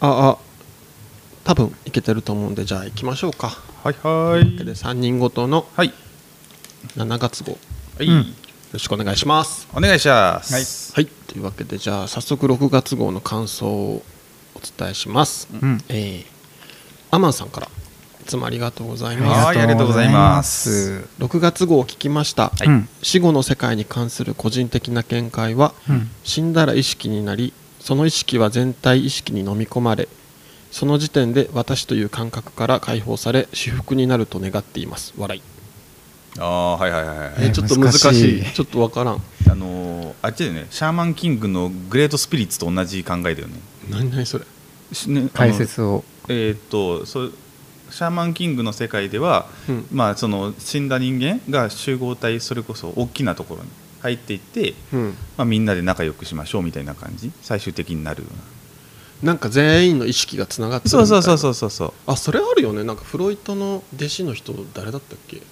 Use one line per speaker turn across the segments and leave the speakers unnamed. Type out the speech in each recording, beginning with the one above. ああ多分いけてると思うんでじゃあ行きましょうか
はいはい
で3人ごとの
はい
7月号よ
はい、
うん
ろしくお願いします
お願いします
はいというわけでじゃあ早速6月号の感想をお伝えします、
うん
えーアマンさんからいつもありがとうございます
はいありがとうございます
6月号を聞きました、
いうん
死後の世界に関する個人的な見解は、
うん
死んだら意識になりその意識は全体意識に飲み込まれその時点で私という感覚から解放され至福になると願っています笑い、
ああはいはいはいはい、
え
え
ーちょっと難
難し
しい
い
ちょっとわからん
あのーあっちでねシャーマンキングのグレートスピリッツと同じ考えだよね
何何それ
しねあの
解説を
えーっとそうシャーマンキングの世界では、
うん
まあ、その死んだ人間が集合体それこそ大きなところに入っていって、
うん
まあ、みんなで仲良くしましょうみたいな感じ最終的になるような
なんか全員の意識がつながってるみた
そう
いな
そうそうそうそうそう
あそれあるよねなんかフロイトの弟子の人誰だったっけ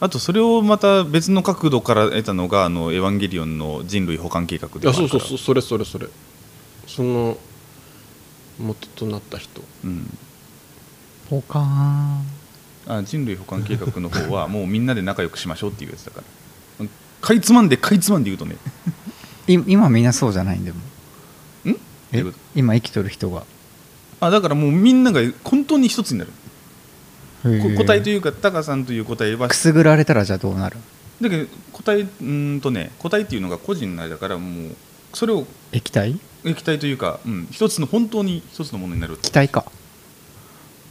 あとそれをまた別の角度から得たのが「あのエヴァンゲリオン」の人類保管計画で、
いやそうそうそううそれそれそれその元となった人
うん、
ポカーン
あ人類保管計画の方は もうみんなで仲良くしましょうっていうやつだからかいつまんでかいつまんで言うとね
い今みんなそうじゃないんでも
ん
え
どういうこ
今生きとる人が
とあだからもうみんなが本当に一つになるこ個体と
いう
いうかタカさんという個体は
くすぐられたらじゃあどうなる
だけど個体うーんとね個体っていうのが個人の間だからもうそれを
液体
液体というか、うん、一つの本当に一つのものになる
気体か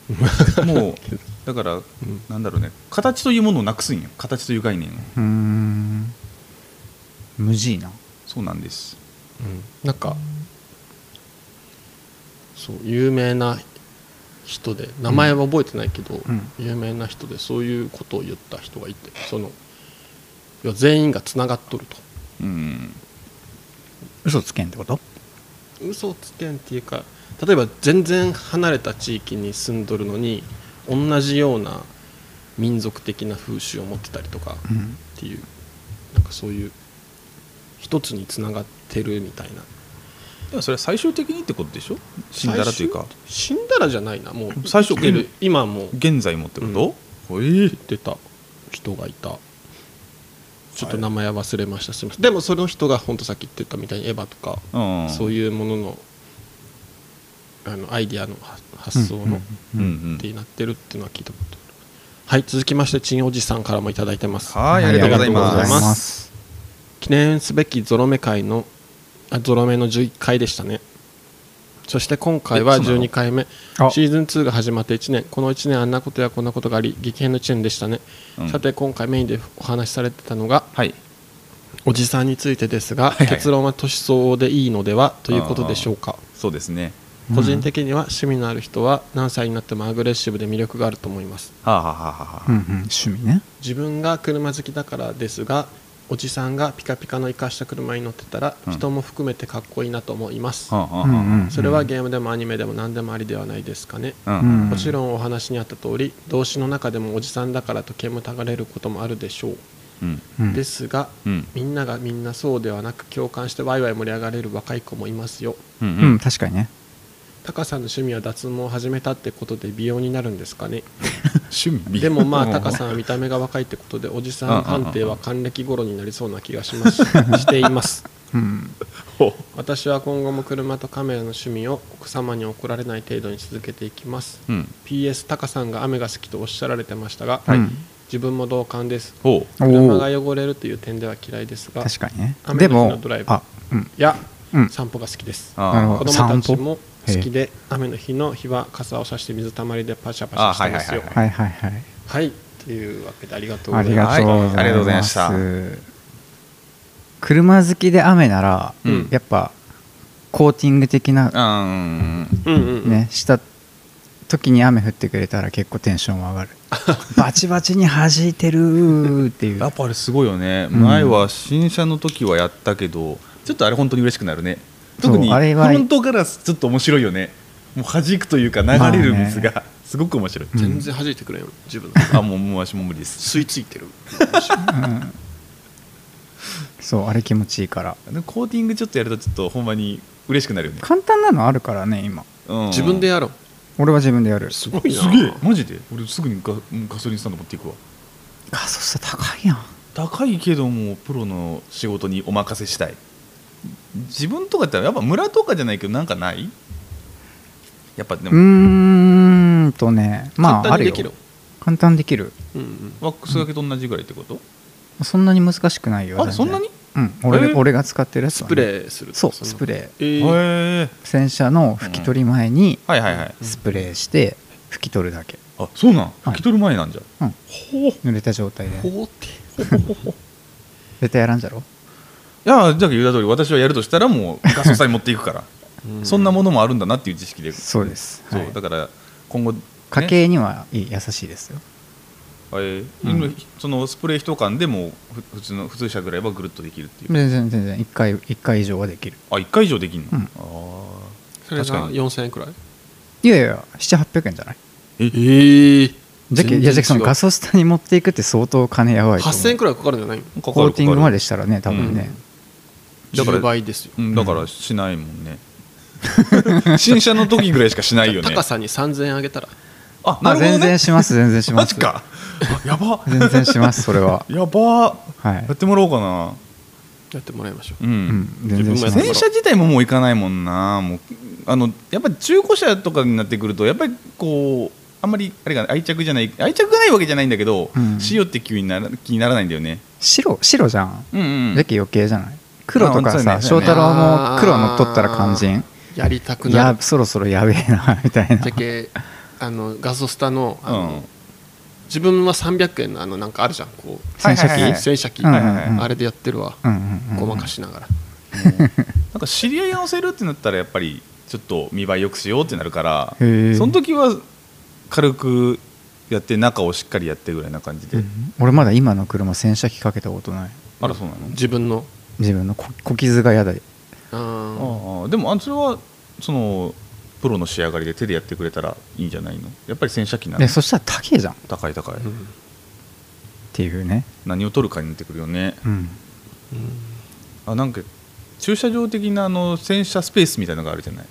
もうだから、なんだろうね形というものをなくすんよ形という概念を
うーん無事な
そうなんです
なんかそう有名な人で名前は覚えてないけど、
ん
有名な人でそういうことを言った人がいてその要は全員がつながっとると
うん
嘘つけんってこと
嘘をつけんっていうか例えば全然離れた地域に住んどるのに同じような民族的な風習を持ってたりとか
う
っ
ん
ていう、なんかそういう一つにつながってるみたいな
でもそれは最終的にってことでしょ死んだらというか
最終死んだらじゃないなもう
最初
生きてる今も
現在もってこと、ほい
出た人がいたちょっと名前は忘れましたすみませんでもその人が本当さっき言ってたみたいにエヴァとか、
うん
そういうもののあのアイディアの発発想の
うん
っ
うん
てなってるっていうのは聞いたことあるはい続きましてちんおじさんからもいただいてます
はいありがとうござい
ありがとうござ
ま
い
す
ます記念すべきゾロ目会のあゾロ目の11回でしたねそして今回は
えそうなの
12回目
あ
シーズン2が始まって1年この1年あんなことやこんなことがあり激変の1年でしたね、
うん
さて今回メインでお話しされてたのが
はい
おじさんについてですが、
はいはい
結論は年相応でいいのではということでしょうか
そうですね
うん
個人的には趣味のある人は何歳になってもアグレッシブで魅力があると思います
はあはあはあは
う
あ
んうん趣味ね
自分が車好きだからですがおじさんがピカピカの生かした車に乗ってたら、
うん
人も含めてかっこいいなと思います、
はあはあはあ
うんうん
それはゲームでもアニメでも何でもありではないですかね、
うん
うん
もちろんお話にあった通り動詞の中でもおじさんだからと煙たがれることもあるでしょう、
うん
うん
ですが、
うん
みんながみんなそうではなく共感してワイワイ盛り上がれる若い子もいますよ
う
うんん確かにね
タカさんの趣味は脱毛を始めたってことで美容になるんですかね
趣味
でもまあタカ
ん
さんは見た目が若いってことでおじ
うん
さん判定は還暦頃になりそうな気がし ますしています
うん
私は今後も車とカメラの趣味を奥様に怒られない程度に続けていきます
うん
PS タカさんが雨が好きとおっしゃられてましたが、
はい
自分も同感です
ほう
車
おお
が汚れるという点では嫌いですが
確かにね
雨
で
の日
も
のドライブ
あうん
いや、
うん
散歩が好きです
あ
なるほ
子
ど
供たちも
散歩
好きで雨の日の日は傘を差して水たまりでパシャ
あ
パシャ
は
して
い
ま
はい
す
はい
よ
はい
はいはいはい
はいというわけでありがとうご
あ
ざい
り
ま
が
す
とうございます、
はいありがとうございました
車好きで雨なら、
うん
やっぱコーティング的な
あー
うんうんうん
ね、した時に雨降ってくれたら結構テンションは上 がるバチバチに弾いてるっていう
やっぱあれすごいよね、
うん
前は新車の時はやったけどちょっとあれ本当に嬉しくなるね
そう
特にフ
あれは
ロントガラスちょっと面白いよねもう弾くというか流れる水がすごく面白い、
うん
全然弾いてくれんよ自分の
あもうもう足も無理です
吸い付いてる
うんそうあれ気持ちいいから
コーティングちょっとやるとちょっとほんまに嬉しくなるよね
簡単なのあるからね今
うん
自分でやろう
俺は自分でやる
す
あ
ごいな
すげえマジで俺すぐにガガソリンスタンド持っていくわ
ガソスタ高いやん
高いけどもプロの仕事にお任せしたい自分とかってやっぱ村とかじゃないけどなんかないやっぱでも、
うーんとねまあ
簡
あ
単に
る
で
よ
きる、
簡単にできる
うんうん、
ワックスがけと同じぐらいってこと、
そんなに難しくないよ
あ
全然
そんなに
うん俺,、
えー
俺が使ってるやつ
ス
は
プ
ね、
レーする
そうスプレ
レーえー
へえ
ー洗車の拭き取り前に
はいはいはい
スプレーして拭き取るだけ
あそうなん
い
拭き取る前なんじゃ、
ほう
濡れた状態で
ほうってほほほほ
絶対やらんじゃろ
い、やじゃあ言うた通り私はやるとしたらもうガソスタに持っていくから、 そんなものもあるんだなっていう知識でそ
そうです、
う、
はい
だから今後、ね、
家計にはいい優しいですよ
え
う
ー
ん
今そのスプレー一缶でもうふ普通の普通車ぐらいはぐるっとできるっていう、
全然全然1回一回以上はできる
あ一1回以上できんの、
うん
あ
それが
確かに
4000円くらい
いやいや7800円じゃない
ええ
じゃけ
全然
いやじゃけその
違う
ガソスタに持っていくって相当金やばいと思う
8000円くらいかかるんじゃないの
あかか
コ
る
ーティング
かか
ま
る
でしたらね多分ね、
だから
10倍ですよ、
うんだからしないもんね 新車の時ぐらいしかしない よね
高さに3000円あげたら
あ
あ全然
し
し ます全然し
マ
ま
ジ
す
かあやば
全然しますそれは
やば
はい
やってもらおうかな
やってもらいましょう
うん、
うん全然し
自分もや
ま
洗
っ
す
車自体ももう行かないもんなもうあのやっぱり中古車とかになってくるとやっぱりこうあんまりあれが愛着じゃない愛着がないわけじゃないんだけど、
うん
しようって気になら気にならないんだよね
白白じゃん
うんうん
じゃけ余計じゃない黒と
あそ
か
うだ
さ
ね
翔太郎も黒乗っとったら肝心
やりたく
い
な
や
る
そろそろやべえなみたいな
じゃけあのガソスタのあ
う
の、
ん
自分は300円のあのなんかあるじゃんこう
洗車機、
はいはいはい
洗車機、
うんうん
うん
あれでやってるわ、
うんうんうん
ごまかしながら、
なんか知り合いが乗せるってなったらやっぱりちょっと見栄えよくしようってなるからそ
へえ
の時は軽くやって中をしっかりやってぐらいな感じで、
うん俺まだ今の車洗車機かけたことない
あらそうなの
自分の
自分のこ小傷が嫌だ
あー
ああでもあそれはそのプロの仕上がりで手でやってくれたらいいんじゃないのやっぱり洗車機なの
でそしたら高えじゃんっ
高い高い、
うん
ていうね
何を取るかになってくるよね
うん
あなんか駐車場的なあの洗車スペースみたいなのがあるじゃない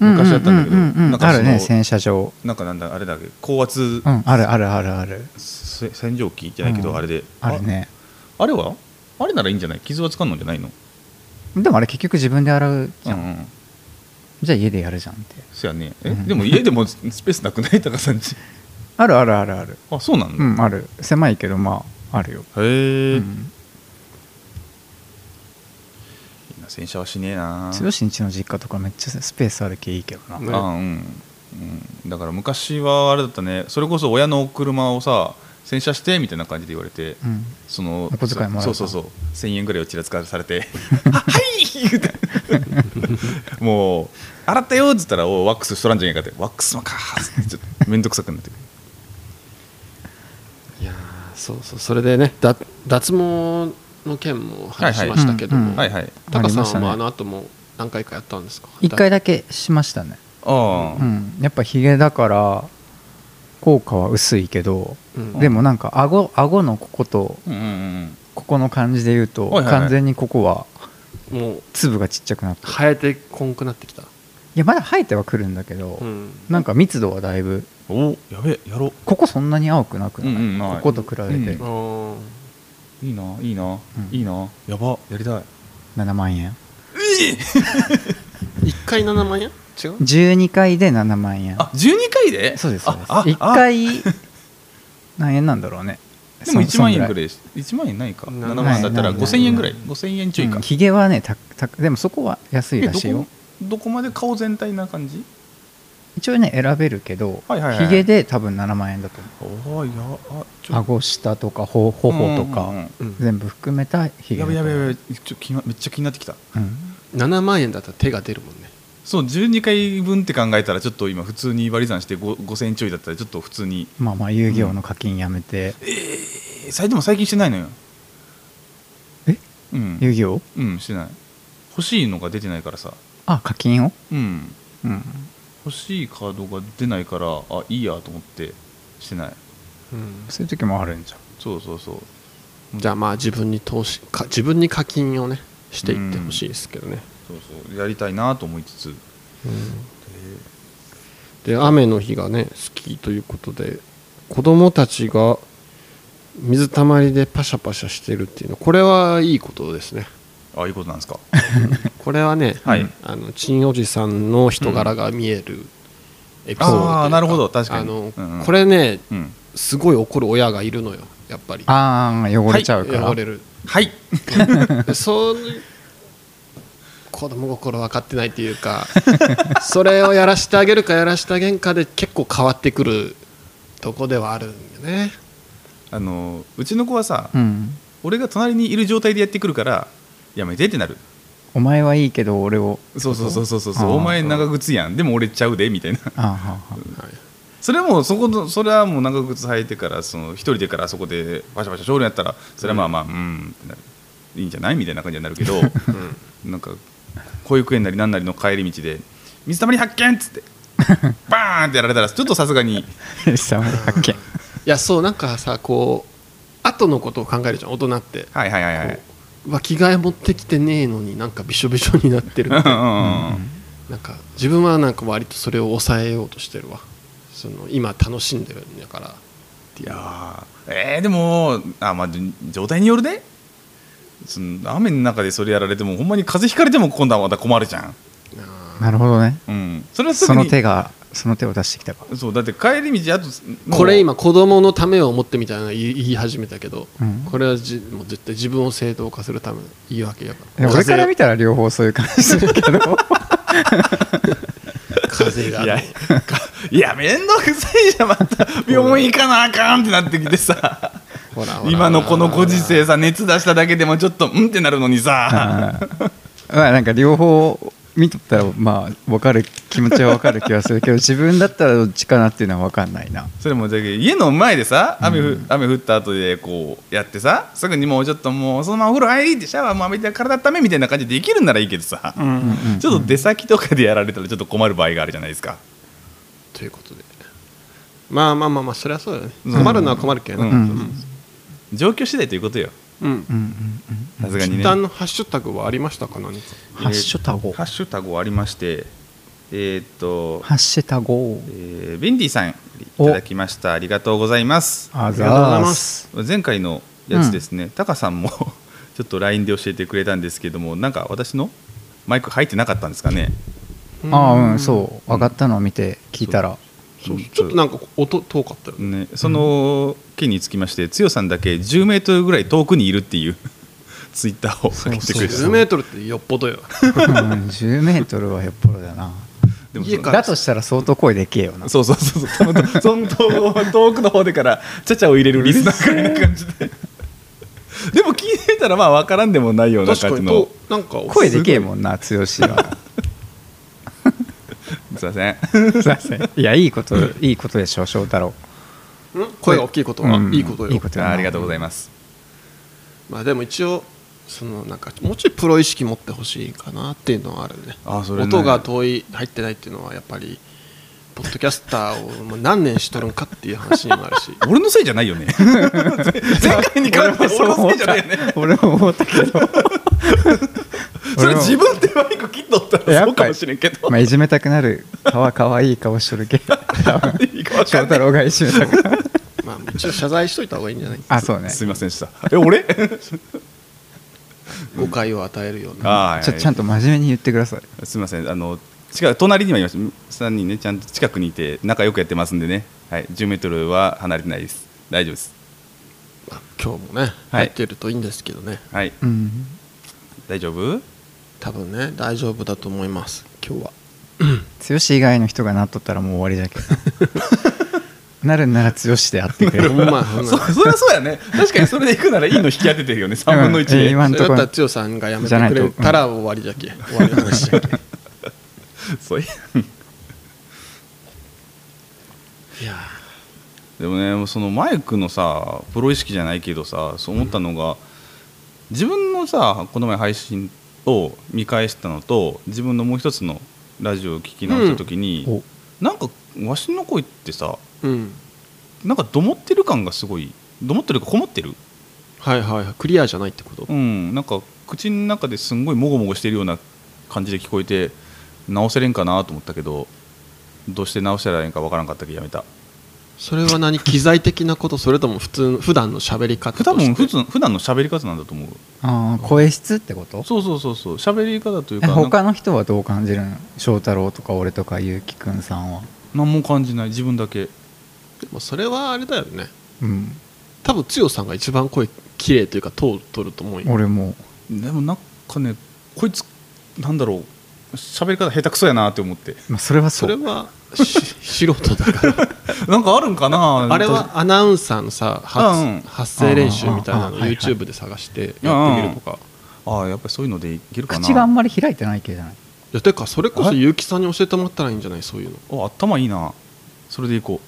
昔
昔あったんだけどなんか
あ
その
るね洗車場
なんかなんだあれだっけ高圧
うんあるあるあるある
せ洗浄機じゃないけど、
うん
あれで
あるね
あれはあれならいいんじゃない傷はつかんのんじゃないの
でもあれ結局自分で洗うじゃん、
うんうん
じゃあ家でやるじゃんって
そやねえ、
うん
でも家でもスペースなくない高さんち
あるあるあるある
あそうなんだ、
うんある狭いけどまああるよ、
へえ、
うん、
洗車はしねえな
剛んちの実家とかめっちゃスペースあるけいいけどな、
ね
あうん、うん、だから昔はあれだったねそれこそ親の車をさ洗車してみたいな感じで言われて、
うん、
その
お小遣いもらえた
そうそうそう1000円ぐらいをちらつかされて 「あはい!」言うてもう「洗ったよ!」っつったら「おうワックスしとらんじゃんやか」って「ワックスのか!」ってちょっと面倒くさくなってくる
いやーそうそうそれでねだ脱毛の件も話しましたけども、
はいはい
タカさんはまあ
あ
あ
り
の後も何回かやったんですか
1回だけしましたね、
あ
う
あ、
ん、やっぱヒゲだから効果は薄いけど、
うん
でもなんか顎顎のここと
うん、うんうん
ここの感じで言うと、
はいはいはい
完全にここは
もう
粒がちっちゃくなってい
生えてこんくなってきた、
やまだ生えてはくるんだけど、
うん、
なんか密度はだいぶ
うんおやべえやろ
ここそんなに青くなくない、
うんうんない
ここと比べて、
う
あ
ういいないいな、
ん
いいなやばやりたい
7万円
1回7万円違う
12回で7万円
あ12回で
そうですそうです
ああ
1
あ
回何円なんだろうね
でも1万円ぐら
い
い1万円ないか
な
7万円だったら
ないない
5000円ぐらい5000円ちょいか、
ひげはねたたでもそこは安い
え
ら
ど
しいよ
こどこまで顔全体な感じ
一応ね選べるけど
はいはいはい
ひげで多分7万円だと思う
おおいやあちっ
顎下とかほ頬と
うんうん
か
うん
全部含めたひ
うん
げ
やべやべやべ
べ
ちょっと気になめっちゃ気になってきた
7万円だったら手が出るもんね
そう12回分って考えたらちょっと今普通に割り算してご5000円ちょいだったらちょっと普通に
まあまあ遊戯王の課金やめて
え最でも最近してないのよ
え
うん
遊戯王
うんしてない欲しいのが出てないからさ
あ課金を
うん
うん
欲しいカードが出ないからあいいやと思ってしてない
うん
そういう時もあるんじゃん
そうそうそう
じゃあまあ自分に投資か自分に課金をねしていってほしいですけどね、
そうそうやりたいなと思いつつ
うん
えー
で雨の日がね好きということで子供たちが水たまりでパシャパシャしてるっていうのこれはいいことですね
ああいうことなんです か
これはね、
はい
あのチンおじさんの人柄が見えるエピソードという
あーなるほど確かに
あの、
うんうん
これね
うん
すごい怒る親がいるのよやっぱり
ああ汚れちゃうから、
汚れる
はい
でそう子供心分かってないっていう かそれをやらしてあげるかやらしてあげんかで結構変わってくるとこではあるんよね
あのうちの子はさ、
うん
俺が隣にいる状態でやってくるからやめてってなる
お前はいいけど俺を
そうそうそうそうそうそ
あ
う
ー
お前長靴やんでも俺ちゃうでみたいな
あーはーはー
はい
それはもうそこのそれはもう長靴履いてからその一人でからそこでバシャバシャ少量やったらそれはまあまあうんってなるいいんじゃないみたいな感じになるけど なんか保育園なりなんなりの帰り道で「水たまり発見!」っつ ってバーンってやられたらちょっとさすがに
さあ発見
いやそうなんかさこう後のことを考えるじゃん大人って
「はいはいはいはい」
うわ着替え持ってきてねえのになんかびしょびしょになっ てる
うんう
なん
うん
んか自分はなんか割とそれを抑えようとしてるわその今楽しんでるんだから
いやーえー、でもあ、まあ、じ状態によるでその雨の中でそれやられてもほんまに風邪ひかれても今度はまた困るじゃん、
あ
なるほどね
うん、それはすぐ
そ
に
の手がその手を出してきたか
そうだって帰り道あと
ーこれ今子供のためを思ってみたいなの言い言い始めたけど、
うん
これはじもう絶対自分を正当化するための言い訳やか
で
ら
も俺から見たら両方そういう感じするけど
風
い
が
やかいやめんどくさいじゃんまた病院行かなあかんってなってき てさ
ほらほら
今のこのご時世さ熱出しただけでもちょっとうんってなるのにさ
まあなんか両方見とったらまあ分かる気持ちは分かる気がするけど自分だったらどっちかなっていうのは分かんないな
それもだけど家の前でさ雨,、雨降った後でこうやってさすぐにもうちょっともうそのままお風呂入りってシャワーも浴びて体温めみたいな感じでできるんならいいけどさ、ちょっと出先とかでやられたらちょっと困る場合があるじゃないですか、
ということでまあまあまあまあそりゃそうだよね困るのは困るけどね
うん
うん
状況次第ということよ
うん
うんうんうん
さすがに
ツイッ
ね
ターのハッシュタグはありましたか何か
ハッシュタグ
ハッシュタグありましてえーっと、
ハッシュタグ
えーベンディさんよりいただきましたありがとうございます
あ
りがとうございます
前回のやつですね、タカさんも ちょっと LINE で教えてくれたんですけどもなんか私のマイク入ってなかったんですかね
ああうんそう上がったのを見て聞いたら
そうちょっとなんか音遠かったよね
ね、その件につきまして、つよさんだけ10メートルぐらい遠くにいるっていう ツイッターをかけてくれて
10メートルってよっぽどよ
10メートルはよっぽどだな
でも
家から
だとしたら相当声でけえよな
そうそうそうそうそのその遠遠くの方でからちゃちゃを入れるリスナーぐらいな感じで でも聞いてたらまあ分からんでも ないような
確か
感じ
に
の
となんか
声でけえもんな剛は
すいません
すいませんいやいいこといいことでしょう翔太郎
ん声が大きいことは
うん
いいことよ
いいこと
あありがとうございます
まあでも一応そのなんかもうちょいプロ意識持ってほしいかなっていうのはあるね
あそれね
音が遠い入ってないっていうのはやっぱりポッドキャスターをもう何年しとるんかっていう話にもある し
俺のせいじゃないよね前回に関して俺のせいじゃないよね
俺も思ったけど
それ自分でマイク切っとったらそうかもしれんけど
まあ、いじめたくなる顔は可愛い顔しとるけど多分
いいかわかんな
翔
い
太郎がいじめたくなる
まあ一応謝罪しといた方がいいんじゃない
あそうね
すみませんでした。え、俺
誤解を与えるような
あ
ちょちゃんと
と。
真面目に言ってください
すみません。あの、近く、隣にはいました。3人ね、ちゃんと近くにいて、仲良くやってますんでね。はい、10メートルは離れてないです。大丈夫です。
まあ今日もね
はい
入ってるといいんですけどね
はい、
うん
大丈夫
多分ね大丈夫だと思います今 日は
剛以外の人がなっとったらもう終わりだけど なるんなら剛であってくれ
ほんまほん
そ、
ま
そりゃそうやね。確かにそれで行くならいいの引き当ててるよね。3分の1
うんえ
で。
ー今
そ
の
れだ
とこ
っ
ろ
たら強さんがやめてくれたら終わりじゃけ終わりの話 じゃけ
そう い
いや
でもね、そのマイクのさ、プロ意識じゃないけどさ、そう思ったのが、自分のさ、この前配信を見返したのと、自分のもう一つのラジオを聞き直したときに、
お
なんかわしの声ってさ
ーうん
なんかどもってる感がすごいどもってるかこもってる
はいはいはいクリアじゃないってこと
うんなんか口の中ですんごいもごもごしてるような感じで聞こえて直せれんかなと思ったけどどうして直したらいいんかわからんかったけどやめた
それは何機材的なことそれとも普通の普段の喋り方
普
と
段
して
も普通普段の喋り方なんだと思う
あー声質ってこと
そうそうそうそう喋り方という
え
かなんか
他の人はどう感じるの翔太郎とか俺とか結城くんさんは
何も感じない自分だけ
でもそれはあれだよね
うん
多分剛さんが一番声綺麗というか通取ると思うよ
俺も
でもなんかねこいつなんだろう喋り方下手くそやなって思 って
まあそれはそ
そうれはし素人だ から
なんかあるんかな
あれはアナウンサーのさ
う
発
ん
発声練習みたいなの
あ
を
あはいはい
YouTube で探してやってみるとか
ああやっぱりそういうのでいけるかな
口があんまり開いてない系じゃない
いやてかそれこそ
はい
結城さんに教えてもらったらいいんじゃないそういうの
あ頭いいなそれでいこ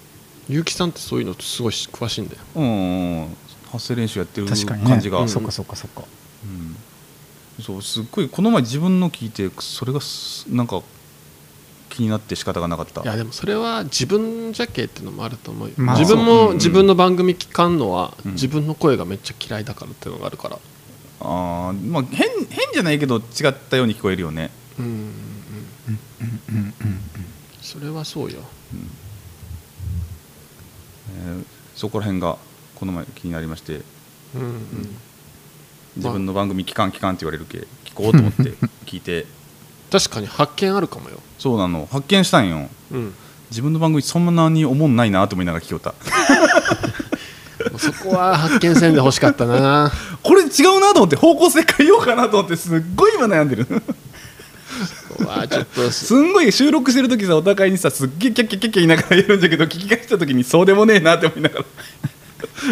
結城さんってそういうのすごいし詳しいんだよ
ううんうんうん発声練習やってる
確かにね
感じが、
うん
そっかそっかそっか
うんそうすっごいこの前自分の聞いてそれがすなんか気になって仕方がなかった
いやでもそれは自分じゃけっていうのもあると思うよ、
まあ
自分
そううんう
も
ん
自分の番組聞かんのは、
うん
自分の声がめっちゃ嫌いだからっていうのがあるから
あーまあ変変じゃないけど違ったように聞こえるよね
うんうんうん
うんうん
それはそうよ
えーそこら辺がこの前気になりまして
うんうん、
自分の番組「期間期間」って言われるけ聞こうと思って聞いて
確かに発見あるかもよ、
そうなの発見したんよ
うん、
自分の番組そんなに思んないなと思いながら聞きよった
そこは発見せんでほしかったな
これ違うなと思って方向性変えようかなと思ってすっごい今悩んでる
そこはちょっと
すんごい収録してる時さお互いにさすっげえキャッキャッキャッキャ言いながら言うんだけど聞き返した時にそうでもねえなって思いながら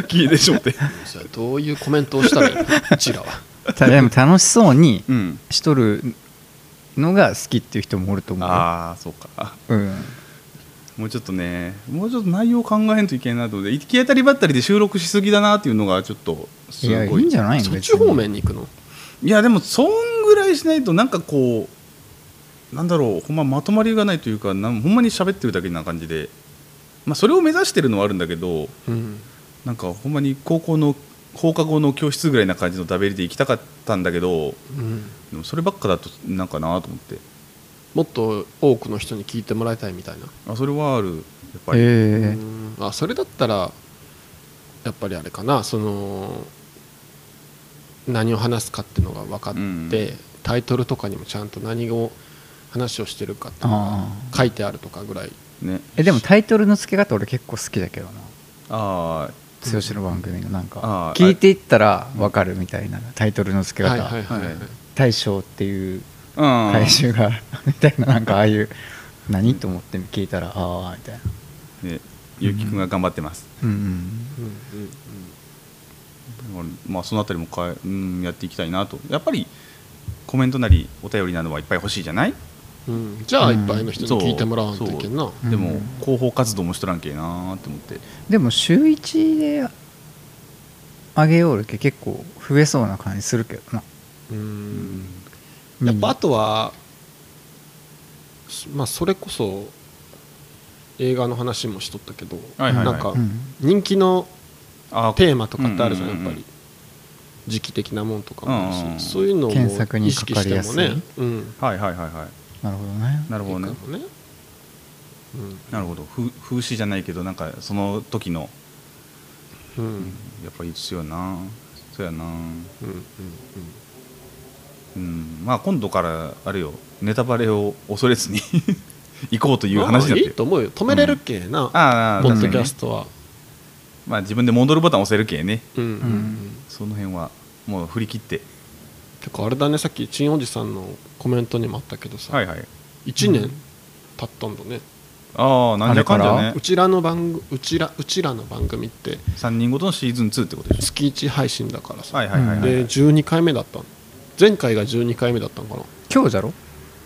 聞いてしまって
じゃあどういうコメントをした らいいのうちらは
うんただでも楽しそうに
うん
しとるのが好きっていう人もおると思うよ
ああそうか
うん
もうちょっとねもうちょっと内容を考えんといけんないと思って行き当たりばったりで収録しすぎだなっていうのがちょっとす
い
ご
や
い
いいんじゃないの
そっ
別
ち
に
方面に行くの
いやでもそんぐらいしないとなんかこうなんだろうほんままとまりがないというかなんほんまに喋ってるだけな感じで、まあ、それを目指してるのはあるんだけど
うん
なんかほんまに高校の放課後の教室ぐらいな感じのダベリで行きたかったんだけど
うん
でもそればっかだとなんかなと思って
もっと多くの人に聞いてもらいたいみたいな、
あそれはあるやっぱり、
え
うんあそれだったらやっぱりあれかなその何を話すかっていうのが分かって、
うん
タイトルとかにもちゃんと何を話をしてるかっていうのが
あー
書いてあるとかぐらい
ね
えでもタイトルの付け方俺結構好きだけどな
ああ
剛の番組のなんか
あー
聞いていったら分かるみたいなタイトルの付け
はいはい
方
はい、はい
はい
大将っていう
うん
回収があるみたいななんかああいう何と思って聞いたらああみたいな
ねゆうきくんが頑張ってます、
うんうん
うんうん
まあ、そのあたりもかえ、うん、やっていきたいなとやっぱりコメントなりお便りなどはいっぱい欲しいじゃない
うんうんじゃあいっぱいの人に聞いてもらわんといけんな、
うん
でも広報活動もしとらんけえなーって思って
でも週1で上げようるけ結構増えそうな感じするけどな
うん
うん
やっぱあとは、すまあ、それこそ映画の話もしとったけど、
はいはいはい
なんか
うん
人気の
あー
テーマとかってあるじゃん、
うんうんうん
やっぱり時期的なもんとかもあるし、
うんうん
そういうのを
検索に
意
か
識
か
し
り
て
や
も
すい
ね、うん、
はいはいはいはい
なるほどね
なるほどね
いいかもね
なるほどふ風刺じゃないけどなんかその時の
うんうん
やっぱり必要やなそうやな
うんうん
うんまあ今度からあれよネタバレを恐れずに 行こうと
うん
いう話
ま
にな
あ
っ
い
て
い
る
と思うよ止めれるけな、
ああ
ポ
確
ッド
かに
キ
ね
ャストは、
まあ自分で戻るボタン押せるけね
うんうんうん
その辺はもう振り切って
てかあれだねさっきちんおじさんのコメントにもあったけどさ、
はいはい
1年経ったんだね、
ああなんじゃかんじ
あれ
ゃ
か
ね
うちらの番組うちらうちらの番組って
3人ごとのシーズン2ってことでし
月1配信だから
ょ
さ、
はいはいはいはい、
で12回目だったの前回が12回目だったのかな
今日じゃろ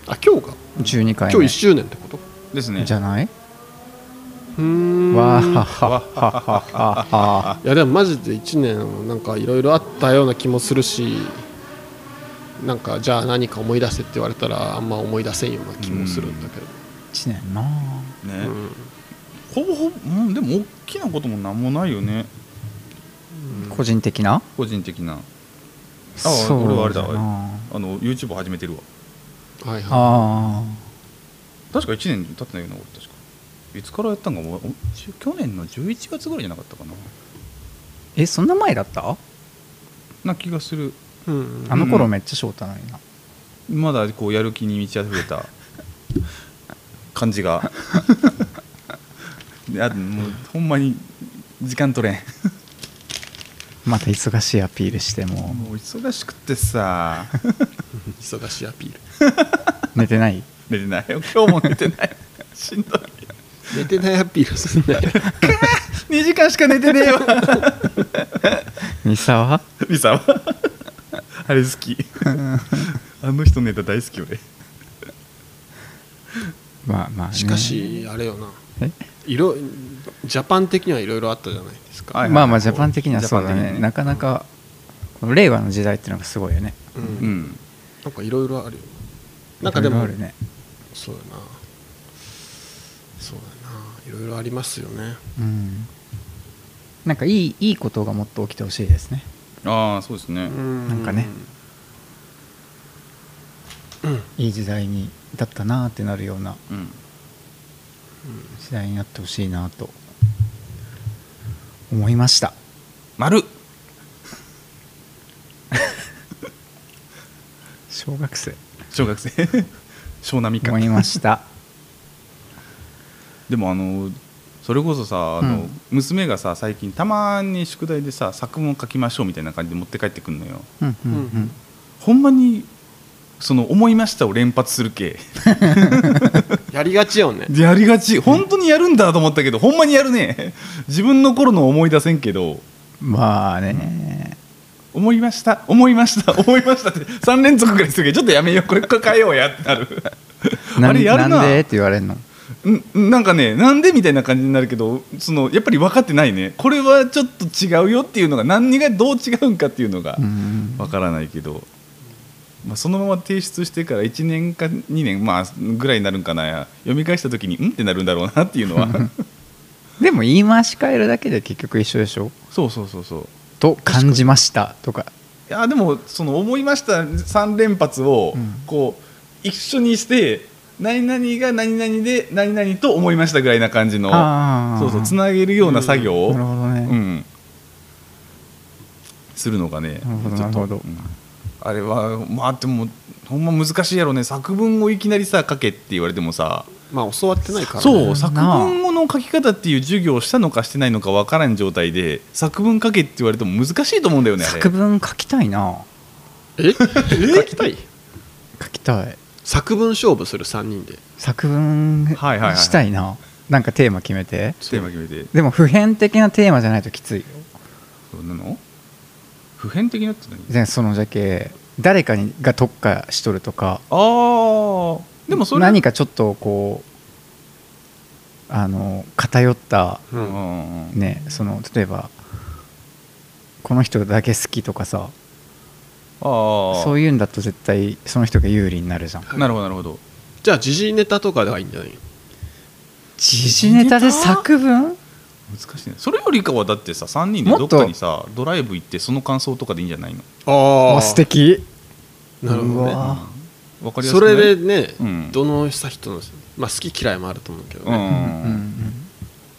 あ今日が
12回
今
目
日1周年ってこと
ですね
じゃない、
うーん
わーはいははははは
やでもマジで1年なんかいろいろあったような気もするしなんかじゃあ何か思い出せって言われたらあんま思い出せんような気もするんだけど
1年な
ね、
うん、
ほぼほぼ、うん、でも大きなこともなんもないよね
個人的な
個人的なああ
そう
俺はあれだ
な
あの YouTube 始めてるわ
はいはい
あ
確か1年経ってないよな俺確かいつからやったんかもおち去年の11月ぐらいじゃなかったかな
えそんな前だった
な気がする
うん
あの頃めっちゃ翔太なのにな、
まだこうやる気に満ち溢れ た感じがいやもうほんまに時間取れん
また忙しいアピールしても
もう忙しくってさ
忙しいアピール
う寝て ない
寝てないよ今日も寝てない しんどい
寝てないアピールすんなよ
2時間しか寝てねえ よ
三沢
リサは あれ好き あの人のネタ大好き俺
まあまあ、ね、
しかしあれよな
え
いろジャパン的にはいろいろあったじゃないですか、
はいはい
まあまあジャパン的にはそうだ
ジャパ
ね
ン的にね
なかなかこの令和の時代っていうのがすごいよね
う
うんん
なんかいろいろあるよなんかでも
いろいろあるね
そうだなそうだないろいろありますよね
うんなんかいいいいことがもっと起きてほしいですね
ああそうですね
なん
かねいい時代にだったなーってなるような
うん
時代になってほしいなと思いました
丸
小学生
小学生 湘南みか
思いました
でもあのそれこそさあの、
うん
娘がさ最近たまに宿題でさ作文を書きましょうみたいな感じで持って帰ってくんのよ
うんうんうん
ほんまにその「思いました」を連発する系
やりがちよね
やりがち 本当にやるんだと思ったけど、ほんまにやるね 自分の頃の思い出せんけど
まあね
思いました思いました 思いましたって3連続ぐらいするけどちょっとやめようこれこれ変えようやってなる
な
あれや
な
るなん
でって言われるの
んなんかねなんでみたいな感じになるけどそのやっぱり分かってないねこれはちょっと違うよっていうのが何がどう違うんかっていうのが
うん
分からないけど、まあ、そのまま提出してから1年か2年、まあ、ぐらいになるんかな読み返した時にうんってなるんだろうな っていうのは
でも言い回し変えるだけで結局一緒でしょ
そうそうそうそう
と感じましたとか
いやでもその思いました3連発を
うん
こう一緒にして何々が何々で何々と思いましたぐらいな感じの
あー
そうそうつなげるような作業を、
なるほどね、
うん、するのがね
なるほど
ちょっと
なるほど
うんあれはまあでもほんま難しいやろね作文をいきなりさ書けって言われてもさ
まあ教わってないから、ね、
そう
な
作文の書き方っていう授業をしたのかしてないのかわからん状態で作文書けって言われても難しいと思うんだよねあれ
作文書きたいな
え書きたい
書きたい
作文勝負する3人で
作文
はいはいはい
したいななんかテーマ決めて
テーマ決めて
でも普遍的なテーマじゃないときついよ
どんなの普遍的なって何
でそのじゃけ誰かにが特化しとるとか
ああでもそれ
何かちょっとこうあの偏った
う
うんうんうん
ねその例えばこの人だけ好きとかさ
ああ
そういうんだと絶対その人が有利になるじゃん
なるほどなるほど
じゃあ時事ネタとかではいいんじゃない
時事ネタで作文
難しいねそれよりかはだってさ3人でどっかにさドライブ行ってその感想とかでいいんじゃないの
あ
あ素敵
なるほ
う
どね
わ
わかりやす
そ
くない
れでね、
うん
どのした人の、まあ、好き嫌いもあると思うけど
う
ね、
うんうん
ん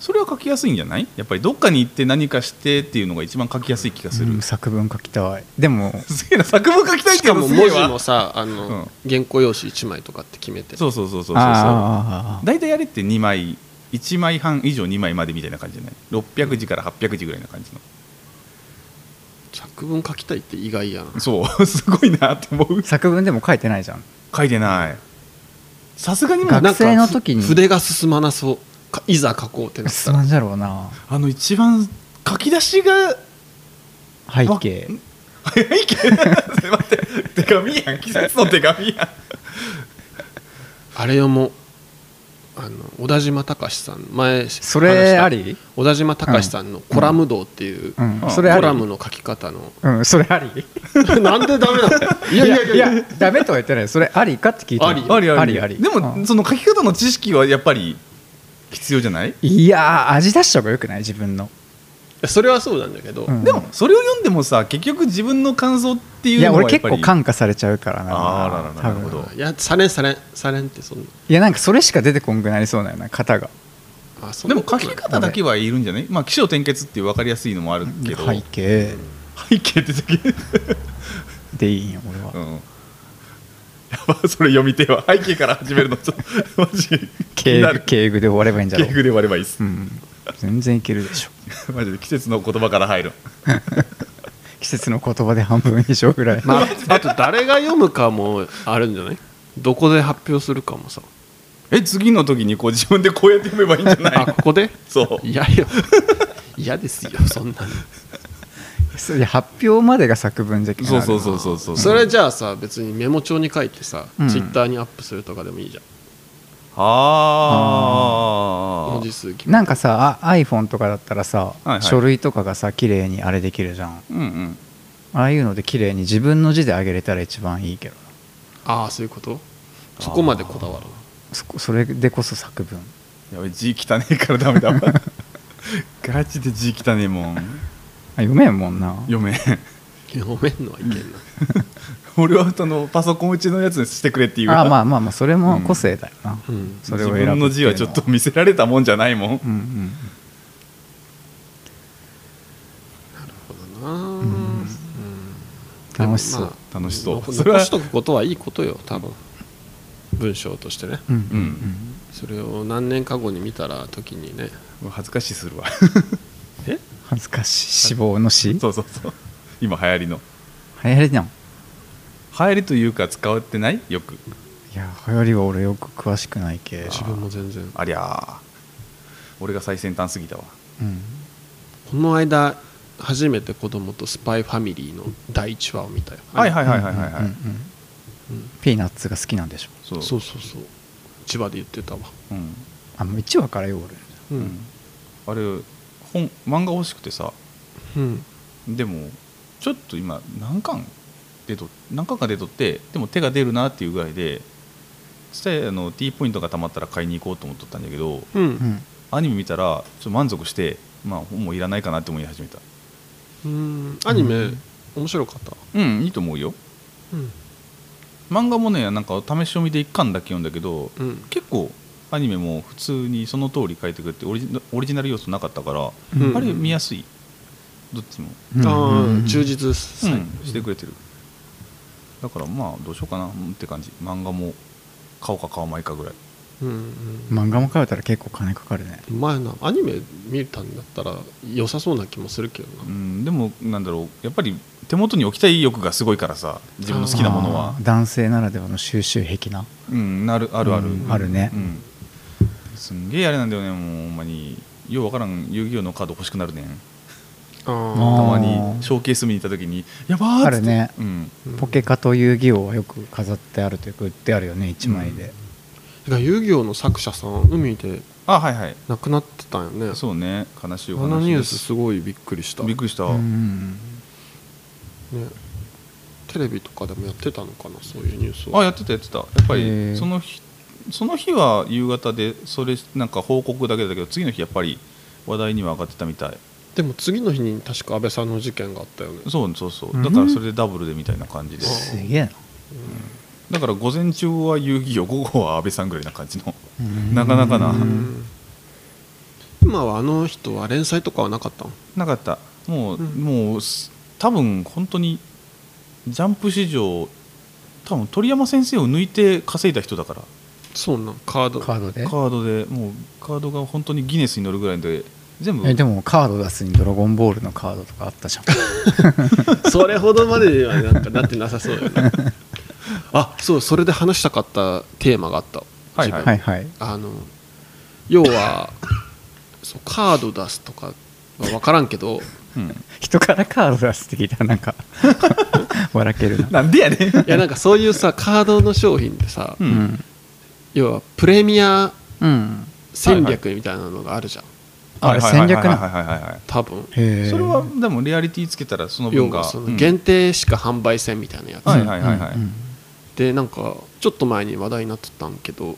それは書きやすいんじゃないやっぱりどっかに行って何かしてっていうのが一番書きやすい気がす
う
る
ん作文書きたいでも
すげえな作文書きたいっ
してか
の
も
すげえ
文字も
わ
さあの、
う
原稿用紙1枚とかって決めて
そうそうそうそうそう
あ
大体あれって2枚1枚半以上2枚までみたいな感じじゃない600字から800字ぐらいな感じの
作文書きたいって意外やな
そう すごいなって思う
ー作文でも書いてないじゃん
書いてないさすがにもう
学生の時に
なんかふ筆が進まなそうかいざ書こうってなっ
す
た
ま
ら
んじゃろうな
あの一番書き出しが
背景
早いけど 待って手紙やん季節の手紙やん
あれよもあの小田島隆さん前
それあ
り
り
小田島隆さんの「コラム道」っていう、
うん
うん
それあ
コラ
り
ムの書き方の
うんそれあり
なんでダメなのいやいやいやいや
ダメとは言ってないそれありかって聞いてる
あり
ありあ
あ
り
りあり
でも、
うん
その書き方の知識はやっぱり必要じゃない、
いやー味出した方がよくない自分の
それはそうなんだけど、
うん
でもそれを読んでもさ結局自分の感想ってい
いうや
のは
俺
や
結
っぱり
構感化されちゃうからな
あーららら
多
なるほ
分
ど
いやされんされんされんってそんない
やなんかそれしか出てこんくなりそうだよな型が
あそん
で
な
も
こ
書
と
き方だけはいるんじゃないまあ起承転結っていう分かりやすいのもあるけど、
背景
背景ってだけ、
でいいんや俺は、
うん、やばそれ読み手は背景から始めるのちょっとマジ気に
敬
な
具
る
敬具で終わればいいんじゃ
敬
ろう、
語で割ればいいっす、
うん、全然いけるでしょ
マジで季節の言葉から入る
季節の言葉で半分以上ぐらい、
まあ、あと誰が読むかもあるんじゃないどこで発表するかもさ
え次の時にこう自分でこうやって読めばいいんじゃない
あここで
そう
いやいや嫌ですよそんなに
それで発表までが作文じゃけん
そうそうそうそうそう
それじゃあさ別にメモ帳に書いてさ、
うん
ツイッターにアップするとかでもいいじゃん
あ
文字
ー
数決め
なんかさあ iPhone とかだったらさ、
いはい
書類とかがさ綺麗にあれできるじゃん
うんうん
ああいうので綺麗に自分の字であげれたら一番いいけどな
ああそういうことそこまでこだわる
そこそれでこそ作文
やべ字汚ねえからダメ だわガチで字汚ねえもん
あ読めんもんな
読めん
な読めんのはいけんな
俺はそのパソコンうちのやつにしてくれっていう
あまあまあまあそれも個性だよな、
うん
それを
自
選ぶっていう
分
の
の字はちょっと見せられたもんじゃないもん
うんうん
そうだなうん、
楽しそう
でもまあ
楽しそう
残
それは
残しとくことはいいことよ多分文章としてね
うんう
うんん
それを何年か後に見たら時にね
恥ずかしいするわ
え
恥ずかしい死亡の死流
そうそうそう今流行りの
行りなの
流行りというか使われてないよく
いや流行りは俺よく詳しくないけ
自分も全然
ありゃー俺が最先端すぎたわ
うん
この間初めて子供とスパイファミリーの第1話を見たよ
はいはいはいはいはいは
うんう
い
んピーナッツが好きなんでしょ
そう
そうそうそう千葉で言ってたわ
うん
あもう1話からよ俺
うん
あれ本漫画欲しくてさ
うん
でもちょっと今何巻出と何巻か出とってでも手が出るなっていうぐらいでちっちゃいあの T ポイントがたまったら買いに行こうと思っとったんだけど
う
うんん
アニメ見たらちょっと満足してまあ本もいらないかなって思い始めた
うんアニメ面白かった
うんいいと思うよ
うん
漫画もねなんか試し読みで1巻だけ読んだけど
うん
結構アニメも普通にその通り書いてくれてオリジナオリジナル要素なかったから、
うん
あれ見やすいどっちも、
あ
う
あ
ん
充実さ
うんしてくれてるだからまあどうしようかなうんって感じ漫画も買おうか買わないかぐらい
うんうん
漫画も買うたら結構金かかるね
うまいなアニメ見たんだったら良さそうな気もするけどな
うんでもなんだろうやっぱり手元に置きたい欲がすごいからさ自分の好きなものは
あー男性ならではの収集癖な
うんなるあるある、
うんあるね
うんすんげえあれなんだよねもうほんまにようわからん遊戯王のカード欲しくなるねんた
あー
まにショーケース見に行った時にやばーっつって
あるね
うん
うん
ポケカと遊戯王はよく飾ってあるというか売ってあるよね1枚で、
てか遊戯王の作者さん海で
あはいはい
亡くなってたんよね
そうね悲しいお
あの
話
ニュー
で
ス
す
すごいびっくりした、
び
ね
っ、くりした、
うん
テレビとかでもやってたのかなそういうニュースを
あやってたやってたやっぱ
へ
り
ー
その日その日は夕方でそれなんか報告だけだけど次の日やっぱり話題には上がってたみたい
でも次の日に確か安倍さんの事件があったよね
そうそうそう
うん
だからそれでダブルでみたいな感じで、
あ
すげえな
だから午前中は遊戯王午後は安倍さんぐらいな感じのなかなかな
うん
今はあの人は連載とかはなかったの
なかったもう、
うん
もうす多分本当にジャンプ史上多分鳥山先生を抜いて稼いだ人だから
そうなんカード
カードで
カードでもうカードが本当にギネスに乗るぐらいで全部
えでもカード出すに「ドラゴンボール」のカードとかあったじゃん
それほどまではなんかなってなさそうよね あそうそれで話したかったテーマがあった
はいはい
はいはい
あの要はそうカード出すとかは分からんけど
うん
人からカード出すって聞いたらなんか 笑けるな
なんでやねん
いやなんかそういうさカードの商品でさ、
うん
うん
要はプレミア
うん
戦略みたいなのがあるじゃん、
あれ戦略
はい
な
はいはいはいはい
多分
へえ
それはでもレアリティつけたらその分
要
が
はその限定しか販売せんみたいなやつ、
はいはいはいはい
うん
でなんかちょっと前に話題になってたんけど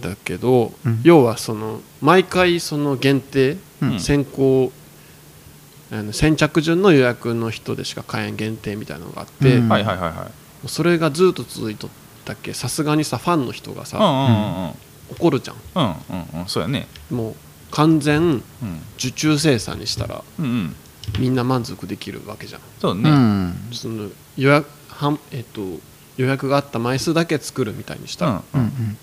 だけど、
うん
要はその毎回その限定、
うん
先行あの先着順の予約の人でしか買えん限定みたいなのがあって、
うん
も
はいはいはいはいう
それがずっと続いとったっけさすがにさファンの人が
うんう
さ、
んうんうん
怒るじゃん
うんうんうんそうやね
もう完全
うん
受注生産にしたら
うんうん
みんな満足できるわけじゃん
そう
う
ね、
ん
その予約はん、えっと、予約があった枚数だけ作るみたいにしたら、
う
うんん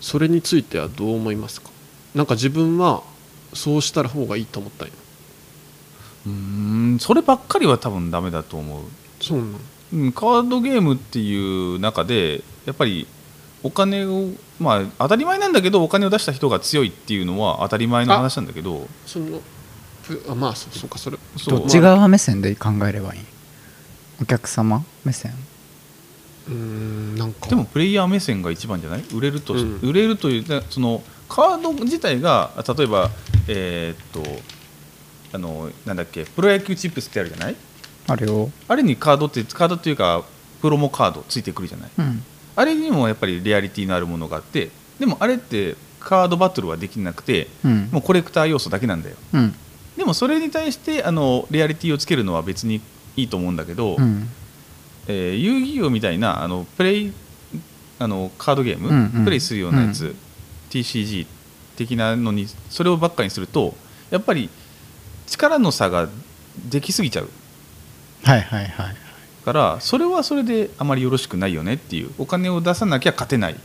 それについてはどう思いますかなんか自分はそうしたら方がいいと思ったんよ
うーんそればっかりは多分ダメだと思う
そうなん
うんカードゲームっていう中でやっぱりお金をまあ当たり前なんだけどお金を出した人が強いっていうのは当たり前の話なんだけど
そのぷあまあそうそうかそれ
そう
どっち側目線で考えればいいお客様目線
うーんなんか
でもプレイヤー目線が一番じゃない売れると、
うん
売れるというなそのカード自体が例えばえーっとあのなんだっけプロ野球チップスってあるじゃない
あれを
あれにカードってカードっていうかプロモカードついてくるじゃない
うん
あれにもやっぱりレアリティのあるものがあってでもあれってカードバトルはできなくて
うん
もうコレクター要素だけなんだよ
うん
でもそれに対してあのレアリティをつけるのは別にいいと思うんだけど、
うん
えー遊戯王みたいなあのプレイあのカードゲーム、
うんうん
プレイするようなやつ、
う
TCG 的なのにそれをばっかにするとやっぱり力の差ができすぎちゃう
はいはいはい
からそれはそれであまりよろしくないよねっていうお金を出さなきゃ勝てないっ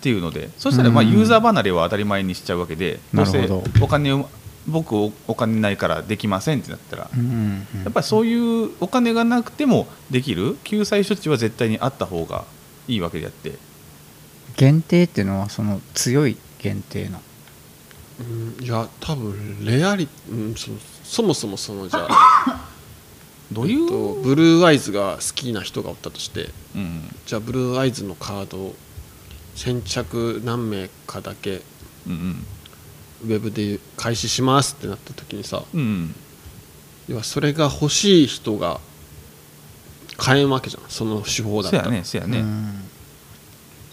ていうのでそしたらまあ
うん
ユーザー離れは当たり前にしちゃうわけで、
なる
ど
ほど
うせお金を僕おお金ないからできませんってなったら、
うんうんうん
やっぱりそういうお金がなくてもできる救済処置は絶対にあった方がいいわけであって
限定っていうのはその強い限定の
うんいや多分レアリ、うん、そそもそもそのじゃあ、
どうい
え
う、
っと、ブルーアイズが好きな人がおったとして
うん
じゃあブルーアイズのカードを先着何名かだけ
うんうん
ウェブで開始しますってなった時にさ
うんうん
要はそれが欲しい人が買えんわけじゃんその手法だっ
そ
た
や
ら
ねそや
う
ね
ん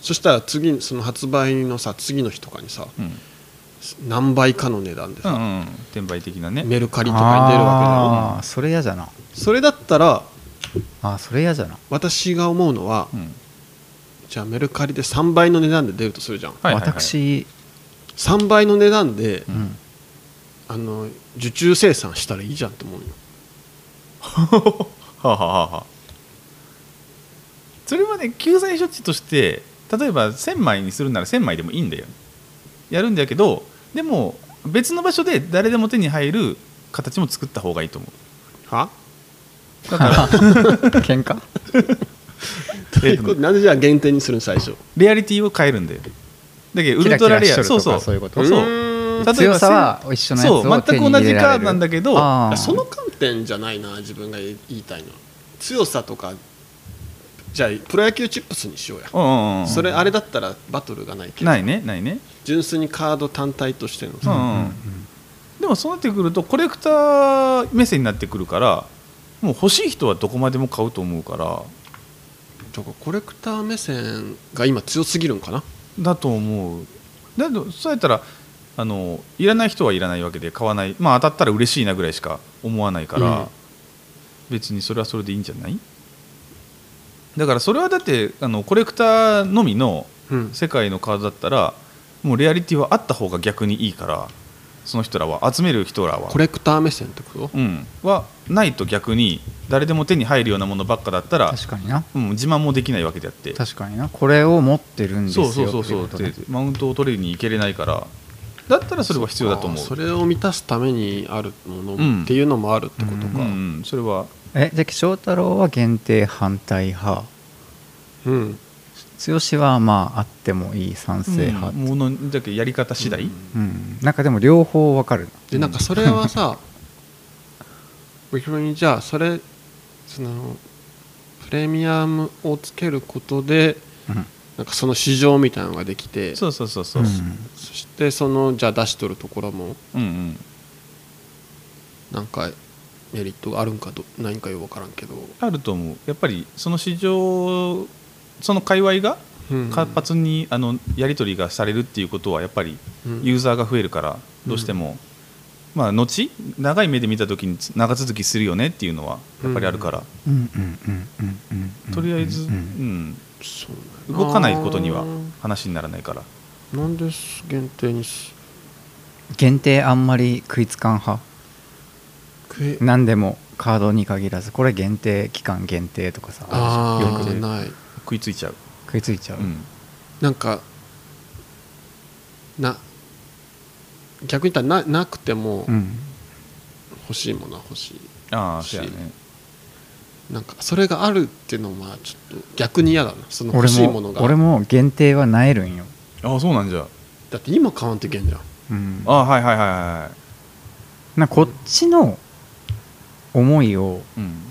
そしたら次その発売のさ次の日とかにさ
うん
何倍かの値段で
うんう
さ、
ん転売的なね
メルカリとかに出るわ
あーそれ嫌じゃな
けじゃんそれだったら
あーそれ嫌じゃな、
私が思うのは、
うん
じゃあメルカリで3倍の値段で出るとするじゃん、
はいはいはい
私、
3倍の値段で、
うん、
あの受注生産したらいいじゃんと思うよ
はあはあはあはあそれはね救済処置として例えば1000枚にするなら1000枚でもいいんだよやるんだけどでも別の場所で誰でも手に入る形も作った方がいいと思
は
うだから
喧嘩
という ことでなんでじゃあ限定にするの最初
レアリティを変えるんだよだけどウルトラレ
キラ
ア
キラしと
そう
ると
そう
かそういうこと
そう
うーん
例えば
強さは一緒のやつを
そう
手
全
に入
く同
れ
じ
ら
カ
れ
ー
る
ドなんだけど
あー
その観点じゃないな自分が言いたいのは強さとかじゃあプロ野球チップスにしようや、
うんうんうん
それあれだったらバトルがないけど
ないねないね
純粋にカード単体としての
う
さ、
んうんでもそうなってくるとコレクター目線になってくるからもう欲しい人はどこまでも買うと思うから
だからコレクター目線が今強すぎるんかな
だと思うだけどそうやったらあのいらない人はいらないわけで買わないまあ当たったら嬉しいなぐらいしか思わないから、
うん
別にそれはそれでいいんじゃないだからそれはだってあのコレクターのみの
うん
世界のカードだったらもうレアリティはあった方が逆にいいからその人らは集める人らは
コレクター目線ってこと
うん、はないと逆に誰でも手に入るようなものばっかだったら、
確かにな
うん、自慢もできないわけであって
確かになこれを持ってるんです
そ
よ
うそうそうそう
ってい
で
ことね
マウントを取りに行けれないからだったらそれは必要だと思う
あーそれを満たすためにあるものっていうのもあるってこと
うん
か、
うん、それは
えじゃあ翔太郎は限定反対派
うん
剛はまああってもいい賛成派
うんものだけやり方次第、
うん、なんかでも両方わかる
でなんかそれはさ逆にじゃあそれそのプレミアムをつけることで
な、うん
なんかその市場みたいなのができてそ
そうそうそうそう、
う
うん
ん
してそのじゃあ出しとるところも
うん
なんかメリットがあるんかどないんかよく分からんけど、
あると思うやっぱりその市場その界隈が
うん
活発にあのやり取りがされるっていうことはやっぱり
うん
ユーザーが増えるからどうしても、まあ後長い目で見た時につ長続きするよねっていうのはやっぱりあるから、
うんうんうんうんうんうん
とりあえず、う
うん
ん
そうなんや
動かないことには話にならないから
なんです限定にし
限定あんまり食いつかん派
食い
何でもカードに限らずこれ限定期間限定とかさ
あ
よ
あ
く
ない
食いついちゃう、
食いついちゃう、
うん
なんかな逆に言ったらななくても
うん
欲しいものは欲しい、
ああ
し
そうやね
なんかそれがあるっていうのはちょっと逆に嫌だなその欲
俺
しいもの
も
が
俺も限定はなえるんよ、
ああそうなんじゃ
だって今買わんといけんじゃん
うん
あ、あはいはいはいは
なんかこっちの思いを
い、うん、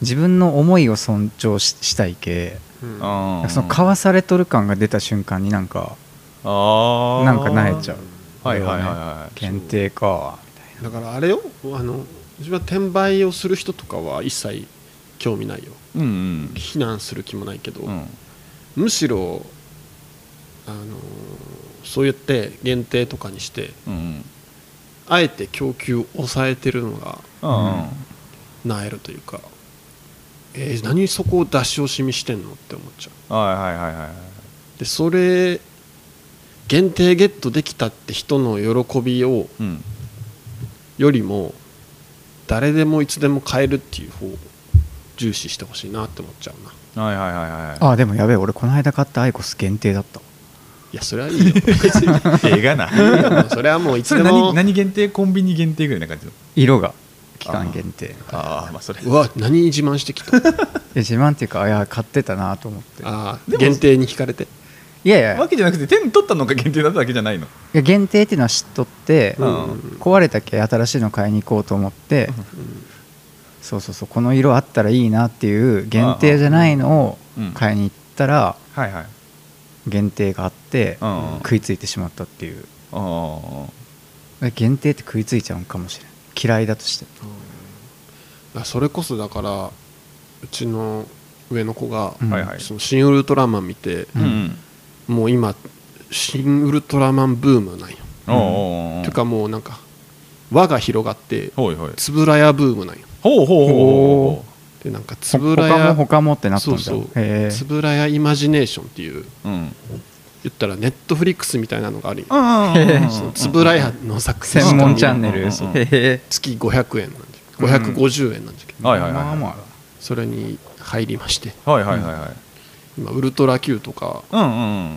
自分の思いを尊重ししたいけ
うん
ああ
そのかわされとる感が出た瞬間になんか
ああ
なんかなえちゃう
はいはいはい
俺は
はい、
限定か
だからあれよあの自分は転売をする人とかは一切興味ないよ
うんうん
非難する気もないけど、
うん
むしろ、あのーそうやって限定とかにして
うんうん
あえて供給を抑えてるのが
あ
なえるというか、えー何そこを出し惜しみしてんのって思っちゃ
あはいはいはいはいはいう
でそれ限定ゲットできたって人の喜びを
うん
よりも誰でもいつでも買えるっていう方を重視してほしいなって思っちゃうな
はいはいはいはい
あでもやべえ俺この間買ったアイコス限定だった
いやそれはいいよ別に
映画 な
いいよそれはもうい
そ
つ
れ
でも
何何限定コンビニ限定ぐらいな感じの
色が期間限定
ああまあそれ
うわ何自慢してきた
え自慢っていうかあいや買ってたなと思って
あー
でも
限定に惹かれて
いやいやい
わけじゃなくて手に取ったのが限定だっただけじゃないの
や限定っていうのは知っとって、
うん
壊れたけ新しいの買いに行こうと思って、そうそうそうこの色あったらいいなっていう限定じゃないのを
うん
買いに行ったら
はいはい
限定があって
うん
食いついてしまったっていう
ああ
限定って食いついちゃうんかもしれない嫌いだとして
うんあそれこそだからうちの上の子が、
うん
はいはい
その新ウルトラマン見て、
うんうん
もう今新ウルトラマンブームなんよ、
おうおうお
ていうかもうなんか輪が広がって
ほいほい
つぶらやブームなんよ
ほうほうほう
お
ほ
でなんかつ
ほ
ぶら
他も
や
他もってなったん
そう
だ
そう
へえ
つぶらやイマジネーションっていう
うほううん
言ったらネットフリックスみたいなのがあるんよ
あ
そのつぶらやの作成
専門チャンネル
う
へ
んうん
え
月500円なんじゃ550円なんじゃけど、
はいはい
まあ
は
まあ
それに入りまして
いはいはいはいはい
今ウルトラ Q とか
うんうん
も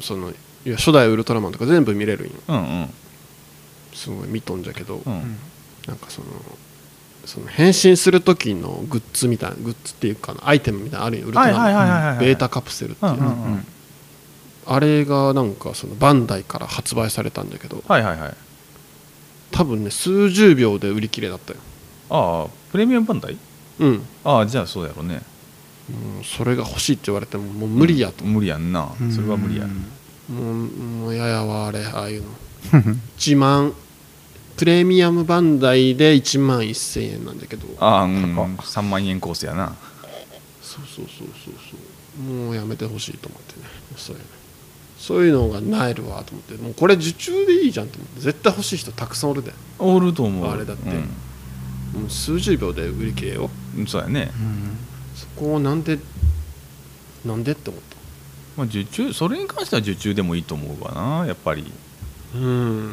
うそのいや初代ウルトラマンとか全部見れるんよ
うんうん
すごい見とんじゃけど、
うんうん
なんかそのその変身する時のグッズみたいなグッズっていうかなアイテムみたいなのあるんよウルトラマン、
はいはいはいはいはい
ベータカプセルっていう、
うんう
う
ん
んうん
あれがなんかそのバンダイから発売されたんだけど
はいはいはい
多分ね数十秒で売り切れだったよ
ああプレミアムバンダイ
うん、
ああじゃあそうやろうね
もうそれが欲しいって言われてももう無理やと、
無理やんなそれは無理 や
もうもうややわあれああいうの1万プレミアムバンダイで1万1000円なんだけど
ああうん
高っ
3万円コースやな
そうそうそうそうそうもうやめてほしいと思ってねそういうのそういうのがなえるわと思ってもうこれ受注でいいじゃんと思って絶対欲しい人たくさんおるで
おると思う
あれだって
うん
もう数十秒で売り切れよ
うんそうやね
うん
そこをなんでなんでって思っ
まあ受注それに関しては受注でもいいと思うわなやっぱり
たうんやっ